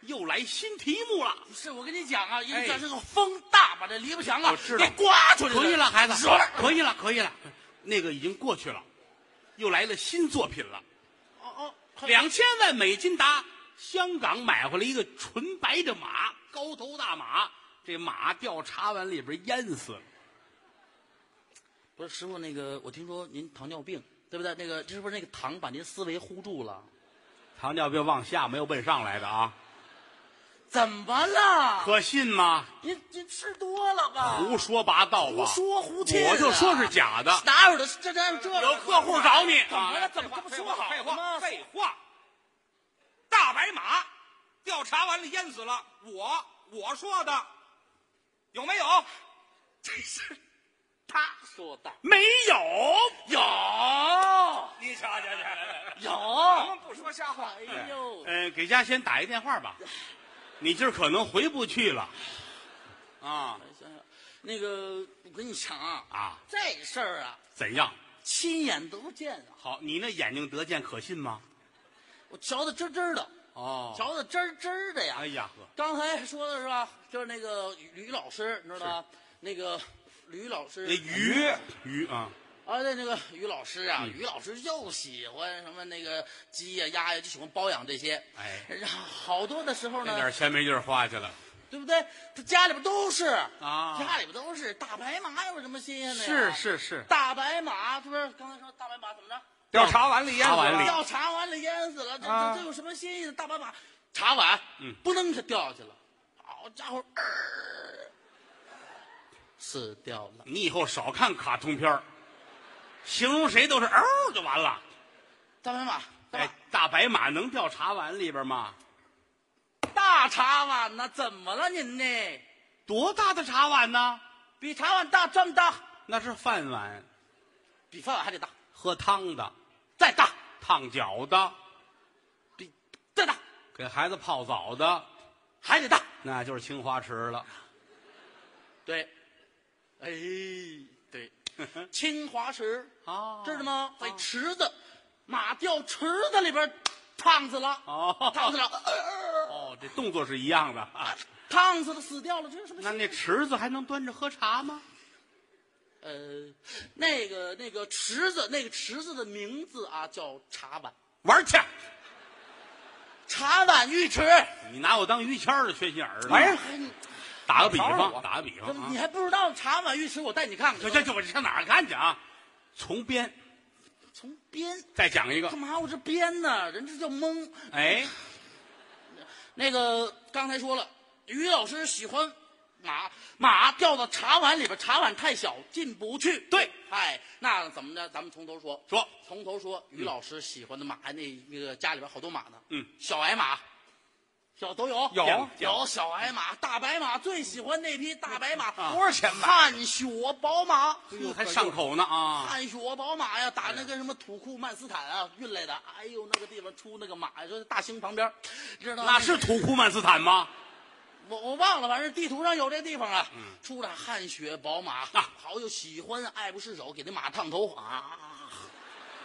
S2: 又来新题目了，
S4: 不是，我跟你讲啊，因为
S2: 哎
S4: 这是个风大，把这篱笆墙啊
S2: 我知道
S4: 给刮出去
S2: 哦可以了，孩子
S4: 是，
S2: 可以了，可以了，那个已经过去了，又来了新作品了，
S4: 哦哦，
S2: 两千万美金达，香港买回来一个纯白的马，高头大马，这马掉茶碗里边淹死了。
S4: 不是师傅，那个我听说您糖尿病，对不对？那个这是不是那个糖把您思维糊住了？
S2: 糖尿病往下没有奔上来的啊，
S4: 怎么了？
S2: 可信吗？
S4: 您您吃多了吧？
S2: 胡说八道吧！
S4: 胡说胡沁啊
S2: 我就说是假的。
S4: 哪有的？这哪有这个？
S2: 有客户找你，
S4: 怎么了？
S2: 啊
S4: 怎么这不
S3: 废
S4: 说
S3: 话，
S4: 好
S3: 废
S4: 了
S3: 话，
S4: 吗？
S3: 废话。大白马掉茶碗里淹死了，我我说的，有没有？
S4: 这是他说的，
S2: 没有？
S4: 有
S3: 你瞧瞧瞧， 咱
S4: 有。
S3: 们不说瞎话。
S4: 哎呦，
S2: 呃，给家先打一电话吧，你今儿可能回不去了。啊
S4: 哎那个我跟你讲啊，
S2: 啊，
S4: 这事儿啊，
S2: 怎样？
S4: 亲眼得见啊，
S2: 好，你那眼睛得见可信吗？
S4: 我瞧得真真的，
S2: 哦
S4: 瞧得真真的呀
S2: 哎。呀呵，
S4: 刚才说的是吧？就是那个吕老师，你知道吧？那个吕老师，
S2: 那鱼鱼啊，
S4: 啊，那那个于老师
S2: 嗯
S4: 啊，于老师又喜欢什么那个鸡呀、鸭呀，就喜欢包养这些。
S2: 哎
S4: 然后好多的时候
S2: 那点
S4: 呢，
S2: 钱没地儿花去了。
S4: 对不对？他家里边都是
S2: 啊
S4: 家里边都是大白马，有什么新鲜的呀？
S2: 是是，
S4: 大白马，是不是？刚才说大白马怎么着？
S3: 掉茶碗里淹死
S2: 茶碗里
S3: 了，
S4: 掉茶碗里淹死了，这
S3: 啊
S4: 这这有什么新意的？大白马，茶碗，
S2: 嗯
S4: 不楞它掉下去了，好家伙，呃死掉了。
S2: 你以后少看卡通片儿形容谁都是嗷就完了。
S4: 大白马，大白
S2: 哎
S4: 马，
S2: 大白马能掉茶碗里边吗？
S4: 大茶碗呢？怎么了您呢？
S2: 多大的茶碗呢？
S4: 比茶碗大这么大，
S2: 那是饭碗，
S4: 比饭碗还得大，
S2: 喝汤的，
S4: 再大，
S2: 烫脚的，
S4: 比再大
S2: 给孩子泡澡的，
S4: 还得大。
S2: 那就是青花瓷了。
S4: 对，哎，对， 清华池，
S2: 哦
S4: 知道吗？在池子，马掉池子里边，烫死了，
S2: 哦
S4: 烫死了，呃
S2: 哦，这动作是一样的啊。
S4: 烫死了，死掉了，这是什么？
S2: 那那池子还能端着喝茶吗？
S4: 呃，那个那个池子，那个池子的名字啊叫茶碗，
S2: 玩去！
S4: 茶碗浴池。
S2: 你拿我当于谦儿的缺心眼儿呢？
S4: 哎，你
S2: 打个比
S3: 瞧着
S2: 方，
S3: 我
S2: 打个比方
S4: 怎
S2: 啊
S4: 么你，还不知道茶碗浴池？我带你看
S2: 这
S4: 看。
S2: 这这，我上哪儿看去啊？从编，
S4: 从编
S2: 再讲一个
S4: 干，嘛？我这编呢？人这叫蒙。
S2: 哎，
S4: 那个刚才说了，于老师喜欢马，马掉到茶碗里边，茶碗太小进不去。
S2: 对，
S4: 哎，那怎么着？咱们从头说，
S2: 说
S4: 从头说。于老师喜欢的马，那那个家里边好多马呢。
S2: 嗯，
S4: 小矮马，小都有，
S2: 有
S4: 见过
S2: 见过
S4: 有小矮马、大白马，最喜欢那匹大白马，
S2: 啊
S4: 多少钱买？哎汗血宝马。
S2: 还上口呢啊！哎
S4: 汗血宝马呀，打那个什么土库曼斯坦啊运来的，哎呦那个地方出那个马呀，说大兴旁边，知道吗
S2: 那是土库曼斯坦吗？
S4: 我我忘了，反正地图上有这地方啊。出了汗血宝马
S2: 嗯啊
S4: 好友喜欢爱不释手，给那马烫头啊，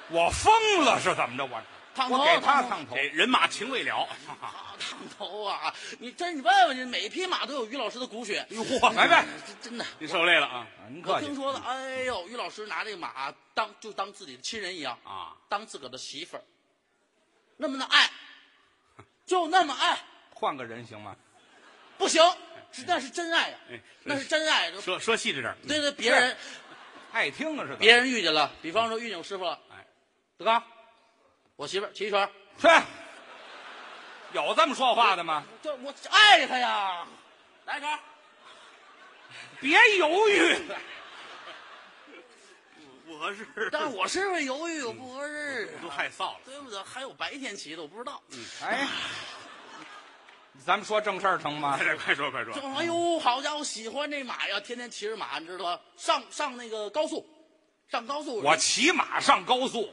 S3: 我疯了是怎么着？我
S4: 烫头，
S3: 我给他
S4: 烫
S3: 烫头
S2: 这，哎人马情未了，
S4: 头啊，烫头啊！你真你问问你，每匹马都有于老师的骨血，
S2: 哟嚯
S3: 来呗，
S4: 这真的。
S2: 您受累了啊
S3: 您
S4: 我
S3: 客
S4: 听
S3: 气，
S4: 说的，哎呦，于老师拿这个马当就当自己的亲人一样，
S2: 啊！
S4: 当自个儿的媳妇儿，那么的爱，就那么爱，
S3: 换个人行吗？
S4: 不行，是那是真爱呀、
S2: 哎
S4: 那是真爱。
S2: 说说细致点儿，
S4: 对对，别人
S3: 爱听啊是怎么？
S4: 别人遇见了，比方说遇见我师傅了，
S3: 德刚，
S4: 我媳妇儿齐全，
S3: 去，有这么说话的吗？
S4: 这我爱他呀，来一杆，
S3: 别犹豫，
S2: 我是
S4: 但是我师傅犹豫，我不合适，啊
S2: 都害臊了。
S4: 对不对？还有白天骑的，我不知道。
S3: 哎，咱们说正事儿成吗
S2: 快？点，快说，快说
S4: 就！哎呦，好家伙，喜欢这马呀，天天骑着马，你知道吧？上上那个高速，上高速。
S3: 我骑马上高速，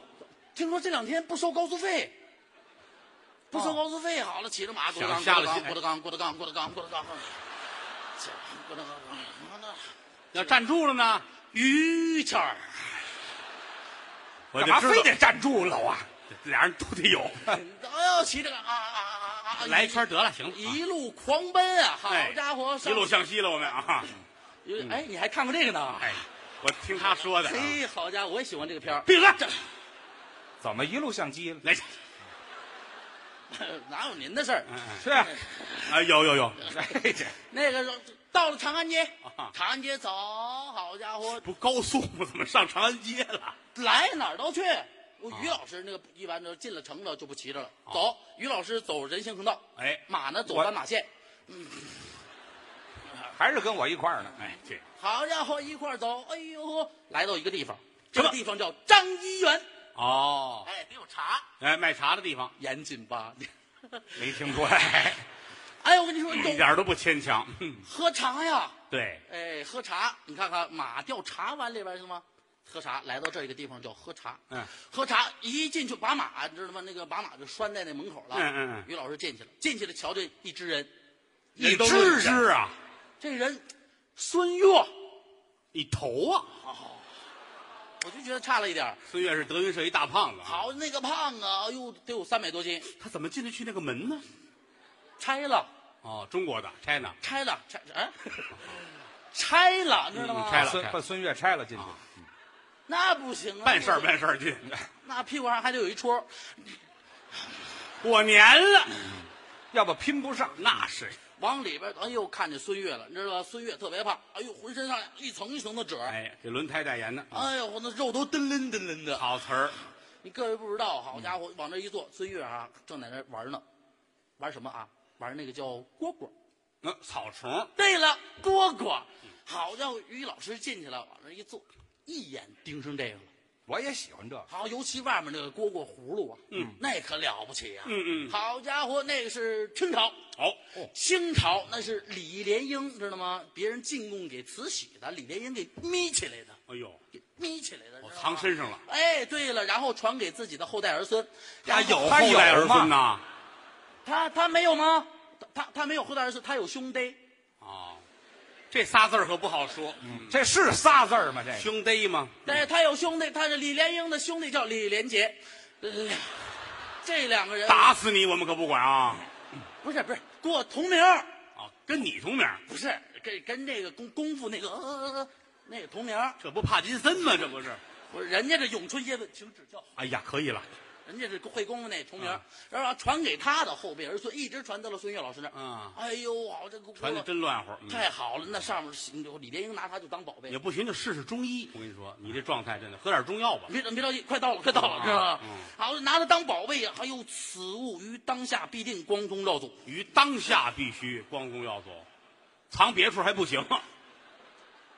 S4: 听说这两天不收高速费，不收
S3: 哦
S4: 高速费。好了，骑着马，郭德纲，
S2: 想瞎了
S4: 郭德纲，
S2: 心
S4: 郭德纲，郭德纲，郭德纲，郭德纲，这郭德纲，妈的，
S2: 要站住了呢，
S4: 于谦儿，
S2: 我
S3: 干
S2: 就
S3: 嘛
S2: 知
S3: 非
S2: 道
S3: 得站住了啊？
S2: 俩人都得有。
S4: 哎呦，骑这个啊啊啊啊啊！
S2: 来一圈得了，行了。
S4: 一路狂奔啊！好
S2: 哎
S4: 家伙，
S2: 一
S4: 上
S2: 路向西了，我们啊！
S4: 哎，你还看过这个呢？
S2: 哎，我听他说的啊。
S4: 嘿，好家伙，我也喜欢这个片儿。
S2: 闭嘴！
S3: 怎么一路相机了？
S2: 来，
S4: 哪有您的事儿？
S3: 是，
S2: 啊，哎有有有，
S3: 哎这
S4: 那个时候到了长安街
S2: 啊，
S4: 长安街走，好家伙，
S2: 不高速吗怎么上长安街了？
S4: 来哪儿都去。我于老师那个一般都进了城了就不骑着了，走。于老师走人行横道，
S2: 哎
S4: 马呢走
S3: 我
S4: 斑马线。
S3: 还是跟我一块儿呢？
S2: 哎，对，
S4: 好家伙，一块儿走，哎呦，来到一个地方，这
S2: 什
S4: 个
S2: 么
S4: 地方叫张一元，
S2: 哦，
S4: 哎，得有茶，
S2: 哎，卖茶的地方，
S4: 严谨吧？
S3: 没听出来，
S4: 哎，我跟你说，
S2: 一
S4: 有
S2: 点都不牵强。嗯
S4: 喝茶呀，
S2: 对，
S4: 哎，喝茶，你看看马掉茶碗里边是吗？喝茶，来到这一个地方叫喝茶。
S2: 嗯，
S4: 喝茶一进去把马，你知道吗？那个把马就拴在那门口了。
S2: 嗯嗯嗯
S4: 于老师进去了，进去了，瞧见一只人，
S2: 一
S4: 人都
S2: 只
S4: 认识
S2: 只啊，
S4: 这人孙悦，我
S2: 一头啊。
S4: 就觉得差了一点儿。
S2: 孙越是德云社一大胖子啊，
S4: 好，那个胖啊，哎呦，得有三百多斤，
S2: 他怎么进得去那个门呢？
S4: 拆了，
S2: 哦，中国的 China，
S4: 拆了，拆 哎，拆了，知道吗？
S2: 嗯拆了
S3: 孙把孙越拆了进去，
S4: 那不行啊，
S2: 办事儿办事儿去，
S4: 那屁股上还得有一戳儿。
S2: 过年了，
S3: 要不拼不上。
S2: 那是
S4: 往里边，哎呦，看见孙越了，你知道吧？孙越特别胖，哎呦，浑身上下一层一层的褶儿，
S2: 哎，给轮胎代言的
S3: 哦
S2: 啊
S4: 哎呦，那肉都噔楞噔楞的。
S2: 好词儿，
S4: 你各位不知道，好家伙，往这一坐，孙越啊，正在那玩呢，玩什么啊？玩那个叫蝈蝈。
S2: 那嗯草虫
S4: 对了，蝈蝈。嗯好家伙，于老师进去了，往那一坐，一眼盯上这个了。
S3: 我也喜欢这个，
S4: 好，尤其外面那个蝈蝈葫芦啊，嗯，那可了不起呀、
S2: 嗯嗯
S4: 好家伙，那个是清朝。
S2: 哦，
S4: 清朝那是李莲英，知道吗？别人进贡给慈禧的，李莲英给眯起来的，
S2: 哎呦，
S4: 给眯起来的，
S2: 我
S4: 知道吗
S2: 藏身上了。
S4: 哎，对了，然后传给自己的后代儿孙。
S2: 他
S4: 然后
S2: 有
S3: 哎他
S2: 后
S3: 有
S2: 代儿
S3: 吗
S2: 孙呐？
S4: 他他没有吗？他他他没有后代儿孙，他有兄弟。
S2: 哦，这仨字儿可不好说，嗯
S3: 这是仨字儿吗？这个
S2: 兄弟嘛，
S4: 但是他有兄弟，他是李莲英的兄弟叫李连杰，呃这两个人
S2: 打死你我们可不管啊！
S4: 不是不是跟我同名儿，
S2: 啊，跟你同名儿，
S4: 不是跟跟这个功功夫那个呃呃呃那个同名儿，
S2: 这不帕金森吗？这不是？
S4: 我人家这咏春叶问请指教，
S2: 哎呀，可以了，
S4: 人家是会功夫那同名儿
S2: 啊，
S4: 然后传给他的后辈儿孙，一直传到了孙越老师那儿。
S2: 啊
S4: 哎呦，好这个
S2: 传的真乱乎，嗯
S4: 太好了，那上面是李莲英拿他就当宝贝
S2: 也。不行，就试试中医。我跟你说，你这状态真的，喝点中药吧。
S4: 别别着急，快到了，快到了，
S2: 啊
S4: 是吧
S2: 嗯？
S4: 好，拿他当宝贝呀！还有此物于当下必定光宗耀祖，
S2: 于当下必须光宗耀祖，藏别处还不行。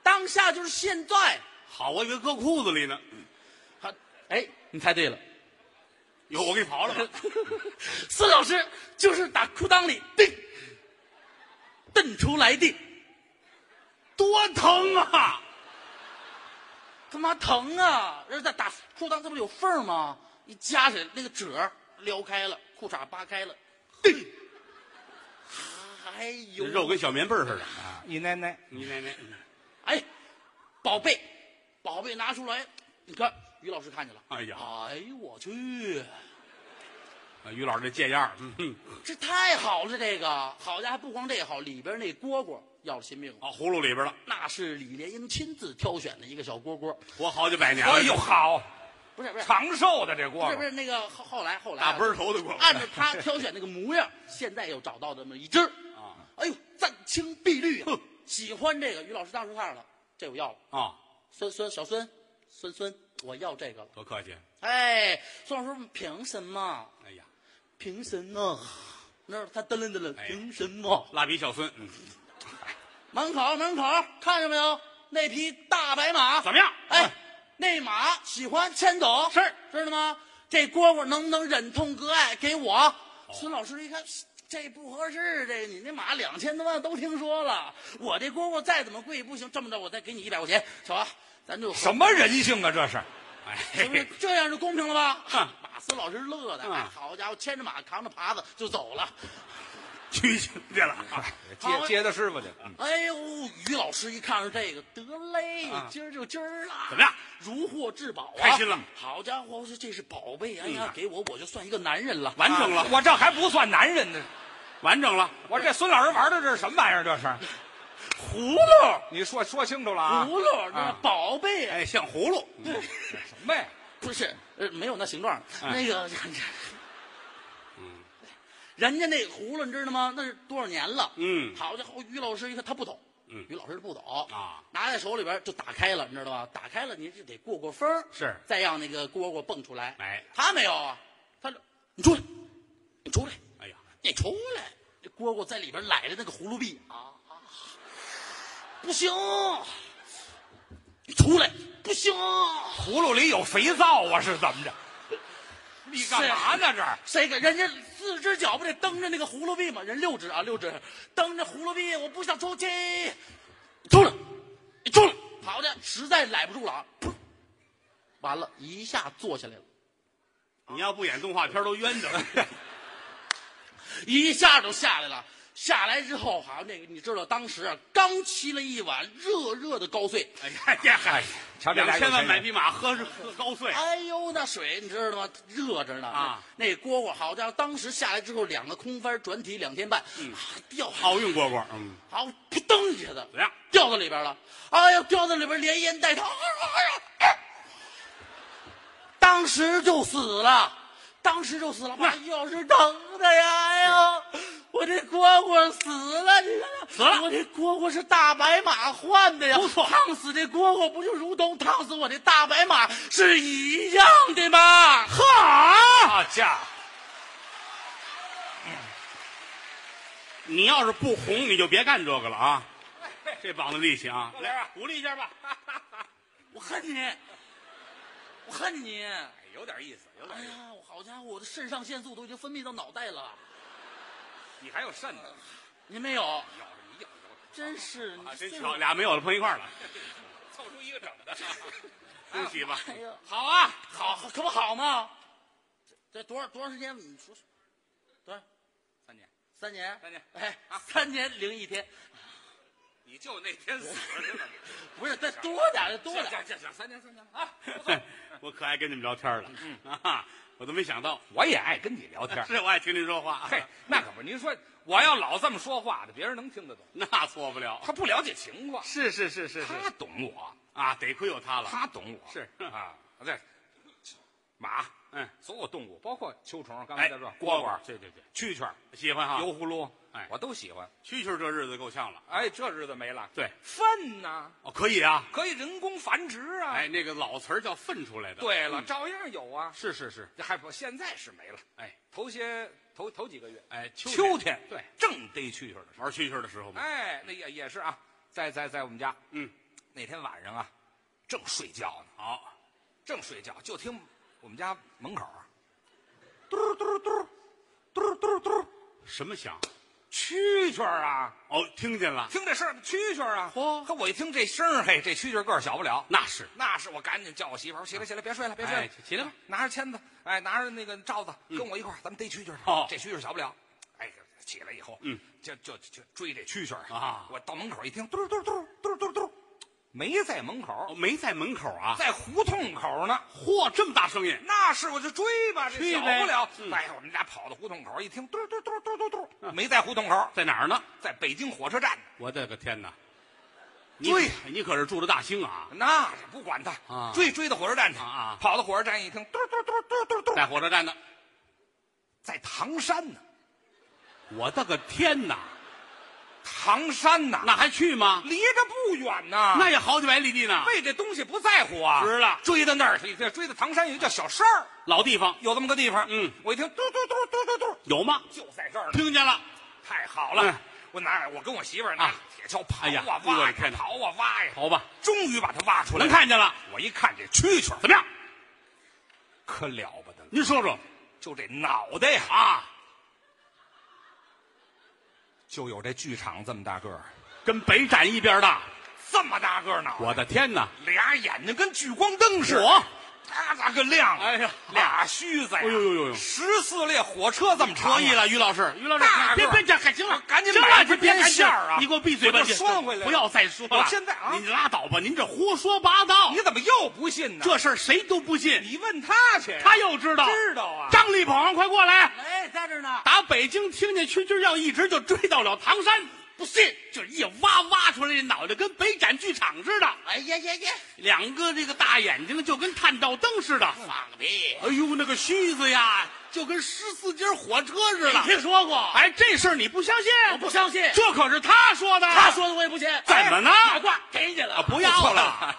S4: 当下就是现在。
S2: 好，我以为搁裤子里呢。
S4: 好，哎，你猜对了，
S2: 有我给刨了吧。
S4: 孙老师就是打裤裆里蹬，蹬出来的，
S2: 多疼啊！
S4: 他妈疼啊！人家打裤裆，这不有缝儿吗？一夹起来，那个褶儿撩开了，裤衩扒开了，蹬，哎
S2: 这
S4: 呦，
S2: 肉跟小棉被儿似的。
S3: 啊你奶奶，
S2: 你奶奶，
S4: 哎，宝贝，宝贝拿出来，你看于老师看见了。
S2: 哎呀
S4: 哎呦我去，
S2: 啊于老师这贱样儿，嗯哼，
S4: 这太好了，这个好家伙，不光这好，里边那蝈蝈要了亲命了，
S2: 啊，葫芦里边了，
S4: 那是李莲英亲自挑选的一个小蝈蝈，
S2: 活好几百年了。
S3: 哎呦，好，
S4: 不是不是
S3: 长寿的这
S4: 不
S3: 锅
S4: 是不是那个后后来后来啊
S2: 大奔儿头的过。
S4: 按照他挑选那个模样，现在又找到这么一只儿
S2: 啊
S4: 哎呦，湛青碧绿啊
S2: 哼！
S4: 喜欢这个，于老师当时看上了，这我要了。
S2: 啊，
S4: 孙孙小孙，孙孙，我要这个了。
S2: 多客气。
S4: 哎，孙老师，凭什么？
S2: 哎呀，
S4: 凭什么？那儿他嘚楞嘚楞，
S2: 哎
S4: 凭什么？
S2: 蜡笔小孙，嗯，
S4: 门口门口，看见没有？那匹大白马
S2: 怎么样？
S4: 哎，那马喜欢牵走，是知道吗？这蝈蝈能不能忍痛割爱给我？孙老师一看，这不合适，这你那马两千多万都听说了，我这蝈蝈再怎么贵也不行。这么着，我再给你一百块钱，走啊，咱就
S3: 什么人性啊？这是
S2: 哎，
S4: 是不是这样就公平了吧？
S2: 哼
S4: 马斯老师乐的，
S2: 嗯
S4: 哎好家伙，牵着马扛着耙子就走了。
S2: 去去了。啊
S4: 好
S3: 接接的师傅去，嗯
S4: 哎呦，于老师一看上这个，得嘞，今儿就今儿了，
S2: 怎么样？
S4: 如获至宝啊！
S2: 开心了
S4: 好家伙，我说这是宝贝，哎呀
S2: 嗯，
S4: 给我我就算一个男人了。
S2: 完整了
S3: 啊我这还不算男人呢，
S2: 完整了。
S3: 我这孙老师玩的这是什么玩意儿？这是，
S4: 葫芦，
S3: 你说说清楚了啊！
S4: 葫芦，那
S3: 啊
S4: 宝贝，
S2: 哎，像葫芦，
S3: 什么呀？
S4: 不是，呃，没有那形状，
S2: 嗯
S4: 那个， 人家那葫芦你知道吗？那是多少年了？
S2: 嗯
S4: 好家伙，于老师一看他不懂，
S2: 嗯
S4: 于老师不懂
S2: 啊，
S4: 拿在手里边就打开了，你知道吧？打开了你是得过过风儿，
S2: 是
S4: 再让那个蝈蝈蹦出来。
S2: 哎
S4: 他没有啊，他说你出来，你出来，
S2: 哎呀，
S4: 你出来，这蝈蝈在里边揽着那个葫芦币啊，啊不行，你出来不行。
S3: 葫芦里有肥皂啊？是怎么着？你干嘛呢？这儿
S4: 谁给人家四只脚不得蹬着那个葫芦臂吗？人六只啊，六只蹬着葫芦臂，我不想出去，出来，你出来，好的，实在耐不住了啊，噗完了，一下坐下来了，
S2: 你要不演动画片都 冤的。
S4: 一下就下来了。下来之后，好那个你知道，当时啊，刚沏了一碗热热的高碎，
S2: 哎呀呀，嗨，
S3: 瞧这
S2: 两
S3: 俩有钱人
S2: 千万买匹马，喝是喝高碎，
S4: 哎呦，那水你知道吗？热着呢
S2: 啊！
S4: 那蝈蝈好家伙，当时下来之后，两个空翻转体两天半，啊掉好
S2: 嗯奥运蝈蝈，嗯，
S4: 好，扑噔一下子
S2: 怎，么样？
S4: 掉到里边了。哎呀，掉到里边连烟带汤，哎呀，哎呀当时就死了，当时就死了。妈，要是疼的呀，哎呀，我这蝈蝈死了，你看看
S2: 死了
S4: 我这蝈蝈是大白马换的呀，
S2: 不错
S4: 烫死这蝈蝈不就如同烫死我这大白马是一样的吗？哈，
S2: 啊家伙！嗯你要是不红，你就别干这个了啊！这膀子力气啊，来吧，鼓励一下吧。
S4: 我恨你，我恨你。
S2: 哎有点意思，有
S4: 哎
S2: 思。
S4: 呀，我好家伙，我的肾上腺素都已经分泌到脑袋了。
S3: 你还有肾呢？
S4: 您没有？有，有，真是
S2: 啊，真
S4: 这
S2: 巧，俩没有了碰一块儿了，
S3: 凑出一个整的。
S2: 恭喜吧！
S4: 哎呀，好啊，好，可不好吗？这这多少多长时间？你说多少？
S3: 三年，
S4: 三年？
S3: 三年
S4: 哎，三年零一天。
S3: 你就那天死去了。
S4: 不是，再多点儿，多点儿。
S3: 行行行，三年三年啊！
S2: 我可爱跟你们聊天了，
S3: 嗯
S2: 啊，我都没想到，
S3: 我也爱跟你聊天。
S2: 是我爱听您说话，啊
S3: 嘿，那可不是，您说我要老这么说话的，别人能听得懂？
S2: 那错不了，
S3: 他不了解情况，
S2: 是是是是
S3: 他懂我，
S2: 啊，得亏有他了，
S3: 他懂我
S2: 是
S3: 啊。对，马，
S2: 嗯，
S3: 所有动物，包括秋虫，刚才
S2: 哎，
S3: 在说
S2: 蝈
S3: 蝈
S2: 蝈，
S3: 蝈、
S2: 对对对，
S3: 蛐蛐儿、
S2: 喜欢哈，
S3: 油葫芦，
S2: 哎
S3: 我都喜欢。
S2: 蛐蛐儿这日子够呛了，
S3: 哎，这日子没了。
S2: 对，
S3: 粪呢？
S2: 哦，可以啊，
S3: 可以人工繁殖啊。
S2: 哎，，那个老词儿叫粪出来的，
S3: 对了，
S2: 嗯
S3: 照样有啊。
S2: 是是是，
S3: 这还不，现在是没了。
S2: 哎
S3: 头些头头几个月，
S2: 哎，天
S3: 秋天
S2: 对，
S3: 正逮蛐蛐儿的时
S2: 玩蛐蛐儿的时候
S3: 候，
S2: 嘛，
S3: 哎，那也也是啊，在在在我们家
S2: 嗯，
S3: 那天晚上啊，正睡觉呢，
S2: 好，
S3: 正睡觉就听我们家门口啊，
S2: 什么响？
S3: 蛐蛐儿啊，
S2: 哦，听见了，
S3: 听这声儿蛐蛐儿啊，
S2: 嚯
S3: 可我一听这声儿，嘿，这蛐蛐儿个儿小不了，
S2: 那是
S3: 那是我赶紧叫我媳妇儿，起来起来，别睡了，别睡了，
S2: 哎起来吧，嗯
S3: 拿着签子，哎，拿着那个罩子，跟我一块儿，咱们逮蛐蛐去。
S2: 哦
S3: 这蛐蛐小不了，哎，起来以后，
S2: 嗯，
S3: 就就就追这蛐蛐儿
S2: 啊
S3: 我到门口一听，嘟嘟嘟嘟嘟嘟，没在门
S2: 哦，
S3: 口，
S2: 没在门口啊，
S3: 在胡同口呢。
S2: 嚯，这么大声音，
S3: 那是我就追吧，这
S2: 追
S3: 小
S2: 呗
S3: 不了
S2: 嗯。啊
S3: 哎，我们俩跑到胡同口一听，嘟嘟嘟嘟嘟嘟，没在胡同口，
S2: 在哪儿呢？
S3: 在北京火车站呢。
S2: 我的个天哪！
S3: 对呀
S2: 你可是住着大兴啊，
S3: 那也不管他
S2: 啊
S3: 追追到火车站去
S2: 啊啊
S3: 跑到火车站一听，嘟嘟嘟嘟嘟嘟，
S2: 在火车站呢。
S3: 在唐山呢，
S2: 我的个天哪！
S3: 唐山呐，
S2: 那还去吗？
S3: 离着不远呐。啊
S2: 那也好几百里地呢，
S3: 为这东西不在乎啊，
S2: 值了
S3: 追到那儿去，追到唐山有一个叫小山儿，
S2: 老地方
S3: 有这么个地方。
S2: 嗯，
S3: 我一听，嘟嘟嘟嘟嘟嘟，
S2: 有吗？
S3: 就在这儿呢。
S2: 听见了，
S3: 太好了
S2: 嗯，
S3: 我拿我跟我媳妇儿拿
S2: 啊
S3: 铁锹刨
S2: 哎呀
S3: 啊
S2: 我
S3: 挖
S2: 的
S3: 呀
S2: 天哪
S3: 刨啊挖呀，
S2: 好吧，
S3: 终于把它挖出来
S2: 能
S3: 了。
S2: 看见了，
S3: 我一看嗯这蛐蛐儿
S2: 怎么样？
S3: 可了不得了，
S2: 您说说
S3: 就这脑袋呀，
S2: 啊，
S3: 就有这剧场这么大个儿，
S2: 跟北展一边大。
S3: 这么大个儿脑袋。
S2: 我的天哪！
S3: 俩眼睛跟聚光灯似的
S2: 我，
S3: 哒哒个亮啊。
S2: 哎呀
S3: 俩须子呀！
S2: 哎呦呦呦呦
S3: 十四列火车这么长啊，
S2: 可以了，于老师，于老师
S3: 大，个
S2: 别
S3: 儿
S2: 别这，还行了，
S3: 赶紧
S2: 行了，
S3: 买
S2: 这
S3: 别
S2: 别
S3: 赶
S2: 馅
S3: 馅儿啊
S2: 你给我闭嘴吧，
S3: 我就
S2: 你
S3: 拴回来了
S2: 不要再说了。
S3: 我现在啊
S2: 你拉倒吧，您这胡说八道
S3: 你，怎么又不信呢？
S2: 这事儿谁都不信，
S3: 你问他去，
S2: 他又知道，
S3: 知道啊
S2: 张立鹏，快过来！
S4: 哎，在这儿呢。
S2: 打北京听见蛐蛐儿叫，一直就追到了唐山。不信，就是一挖挖出来，这脑袋跟北展剧场似的，
S4: 哎呀呀呀，
S2: 两个这个大眼睛就跟探照灯似的。
S4: 放屁！
S2: 哎呦，那个须子呀，就跟十四节火车似
S4: 没
S2: 的。
S4: 听说过？
S2: 哎，这事儿你不相信？
S4: 我不相信。
S2: 这可是他说的。
S4: 他说的我也不信。
S2: 怎么呢
S4: 哎拿挂给你
S2: 啊
S4: 了，
S2: 不要了。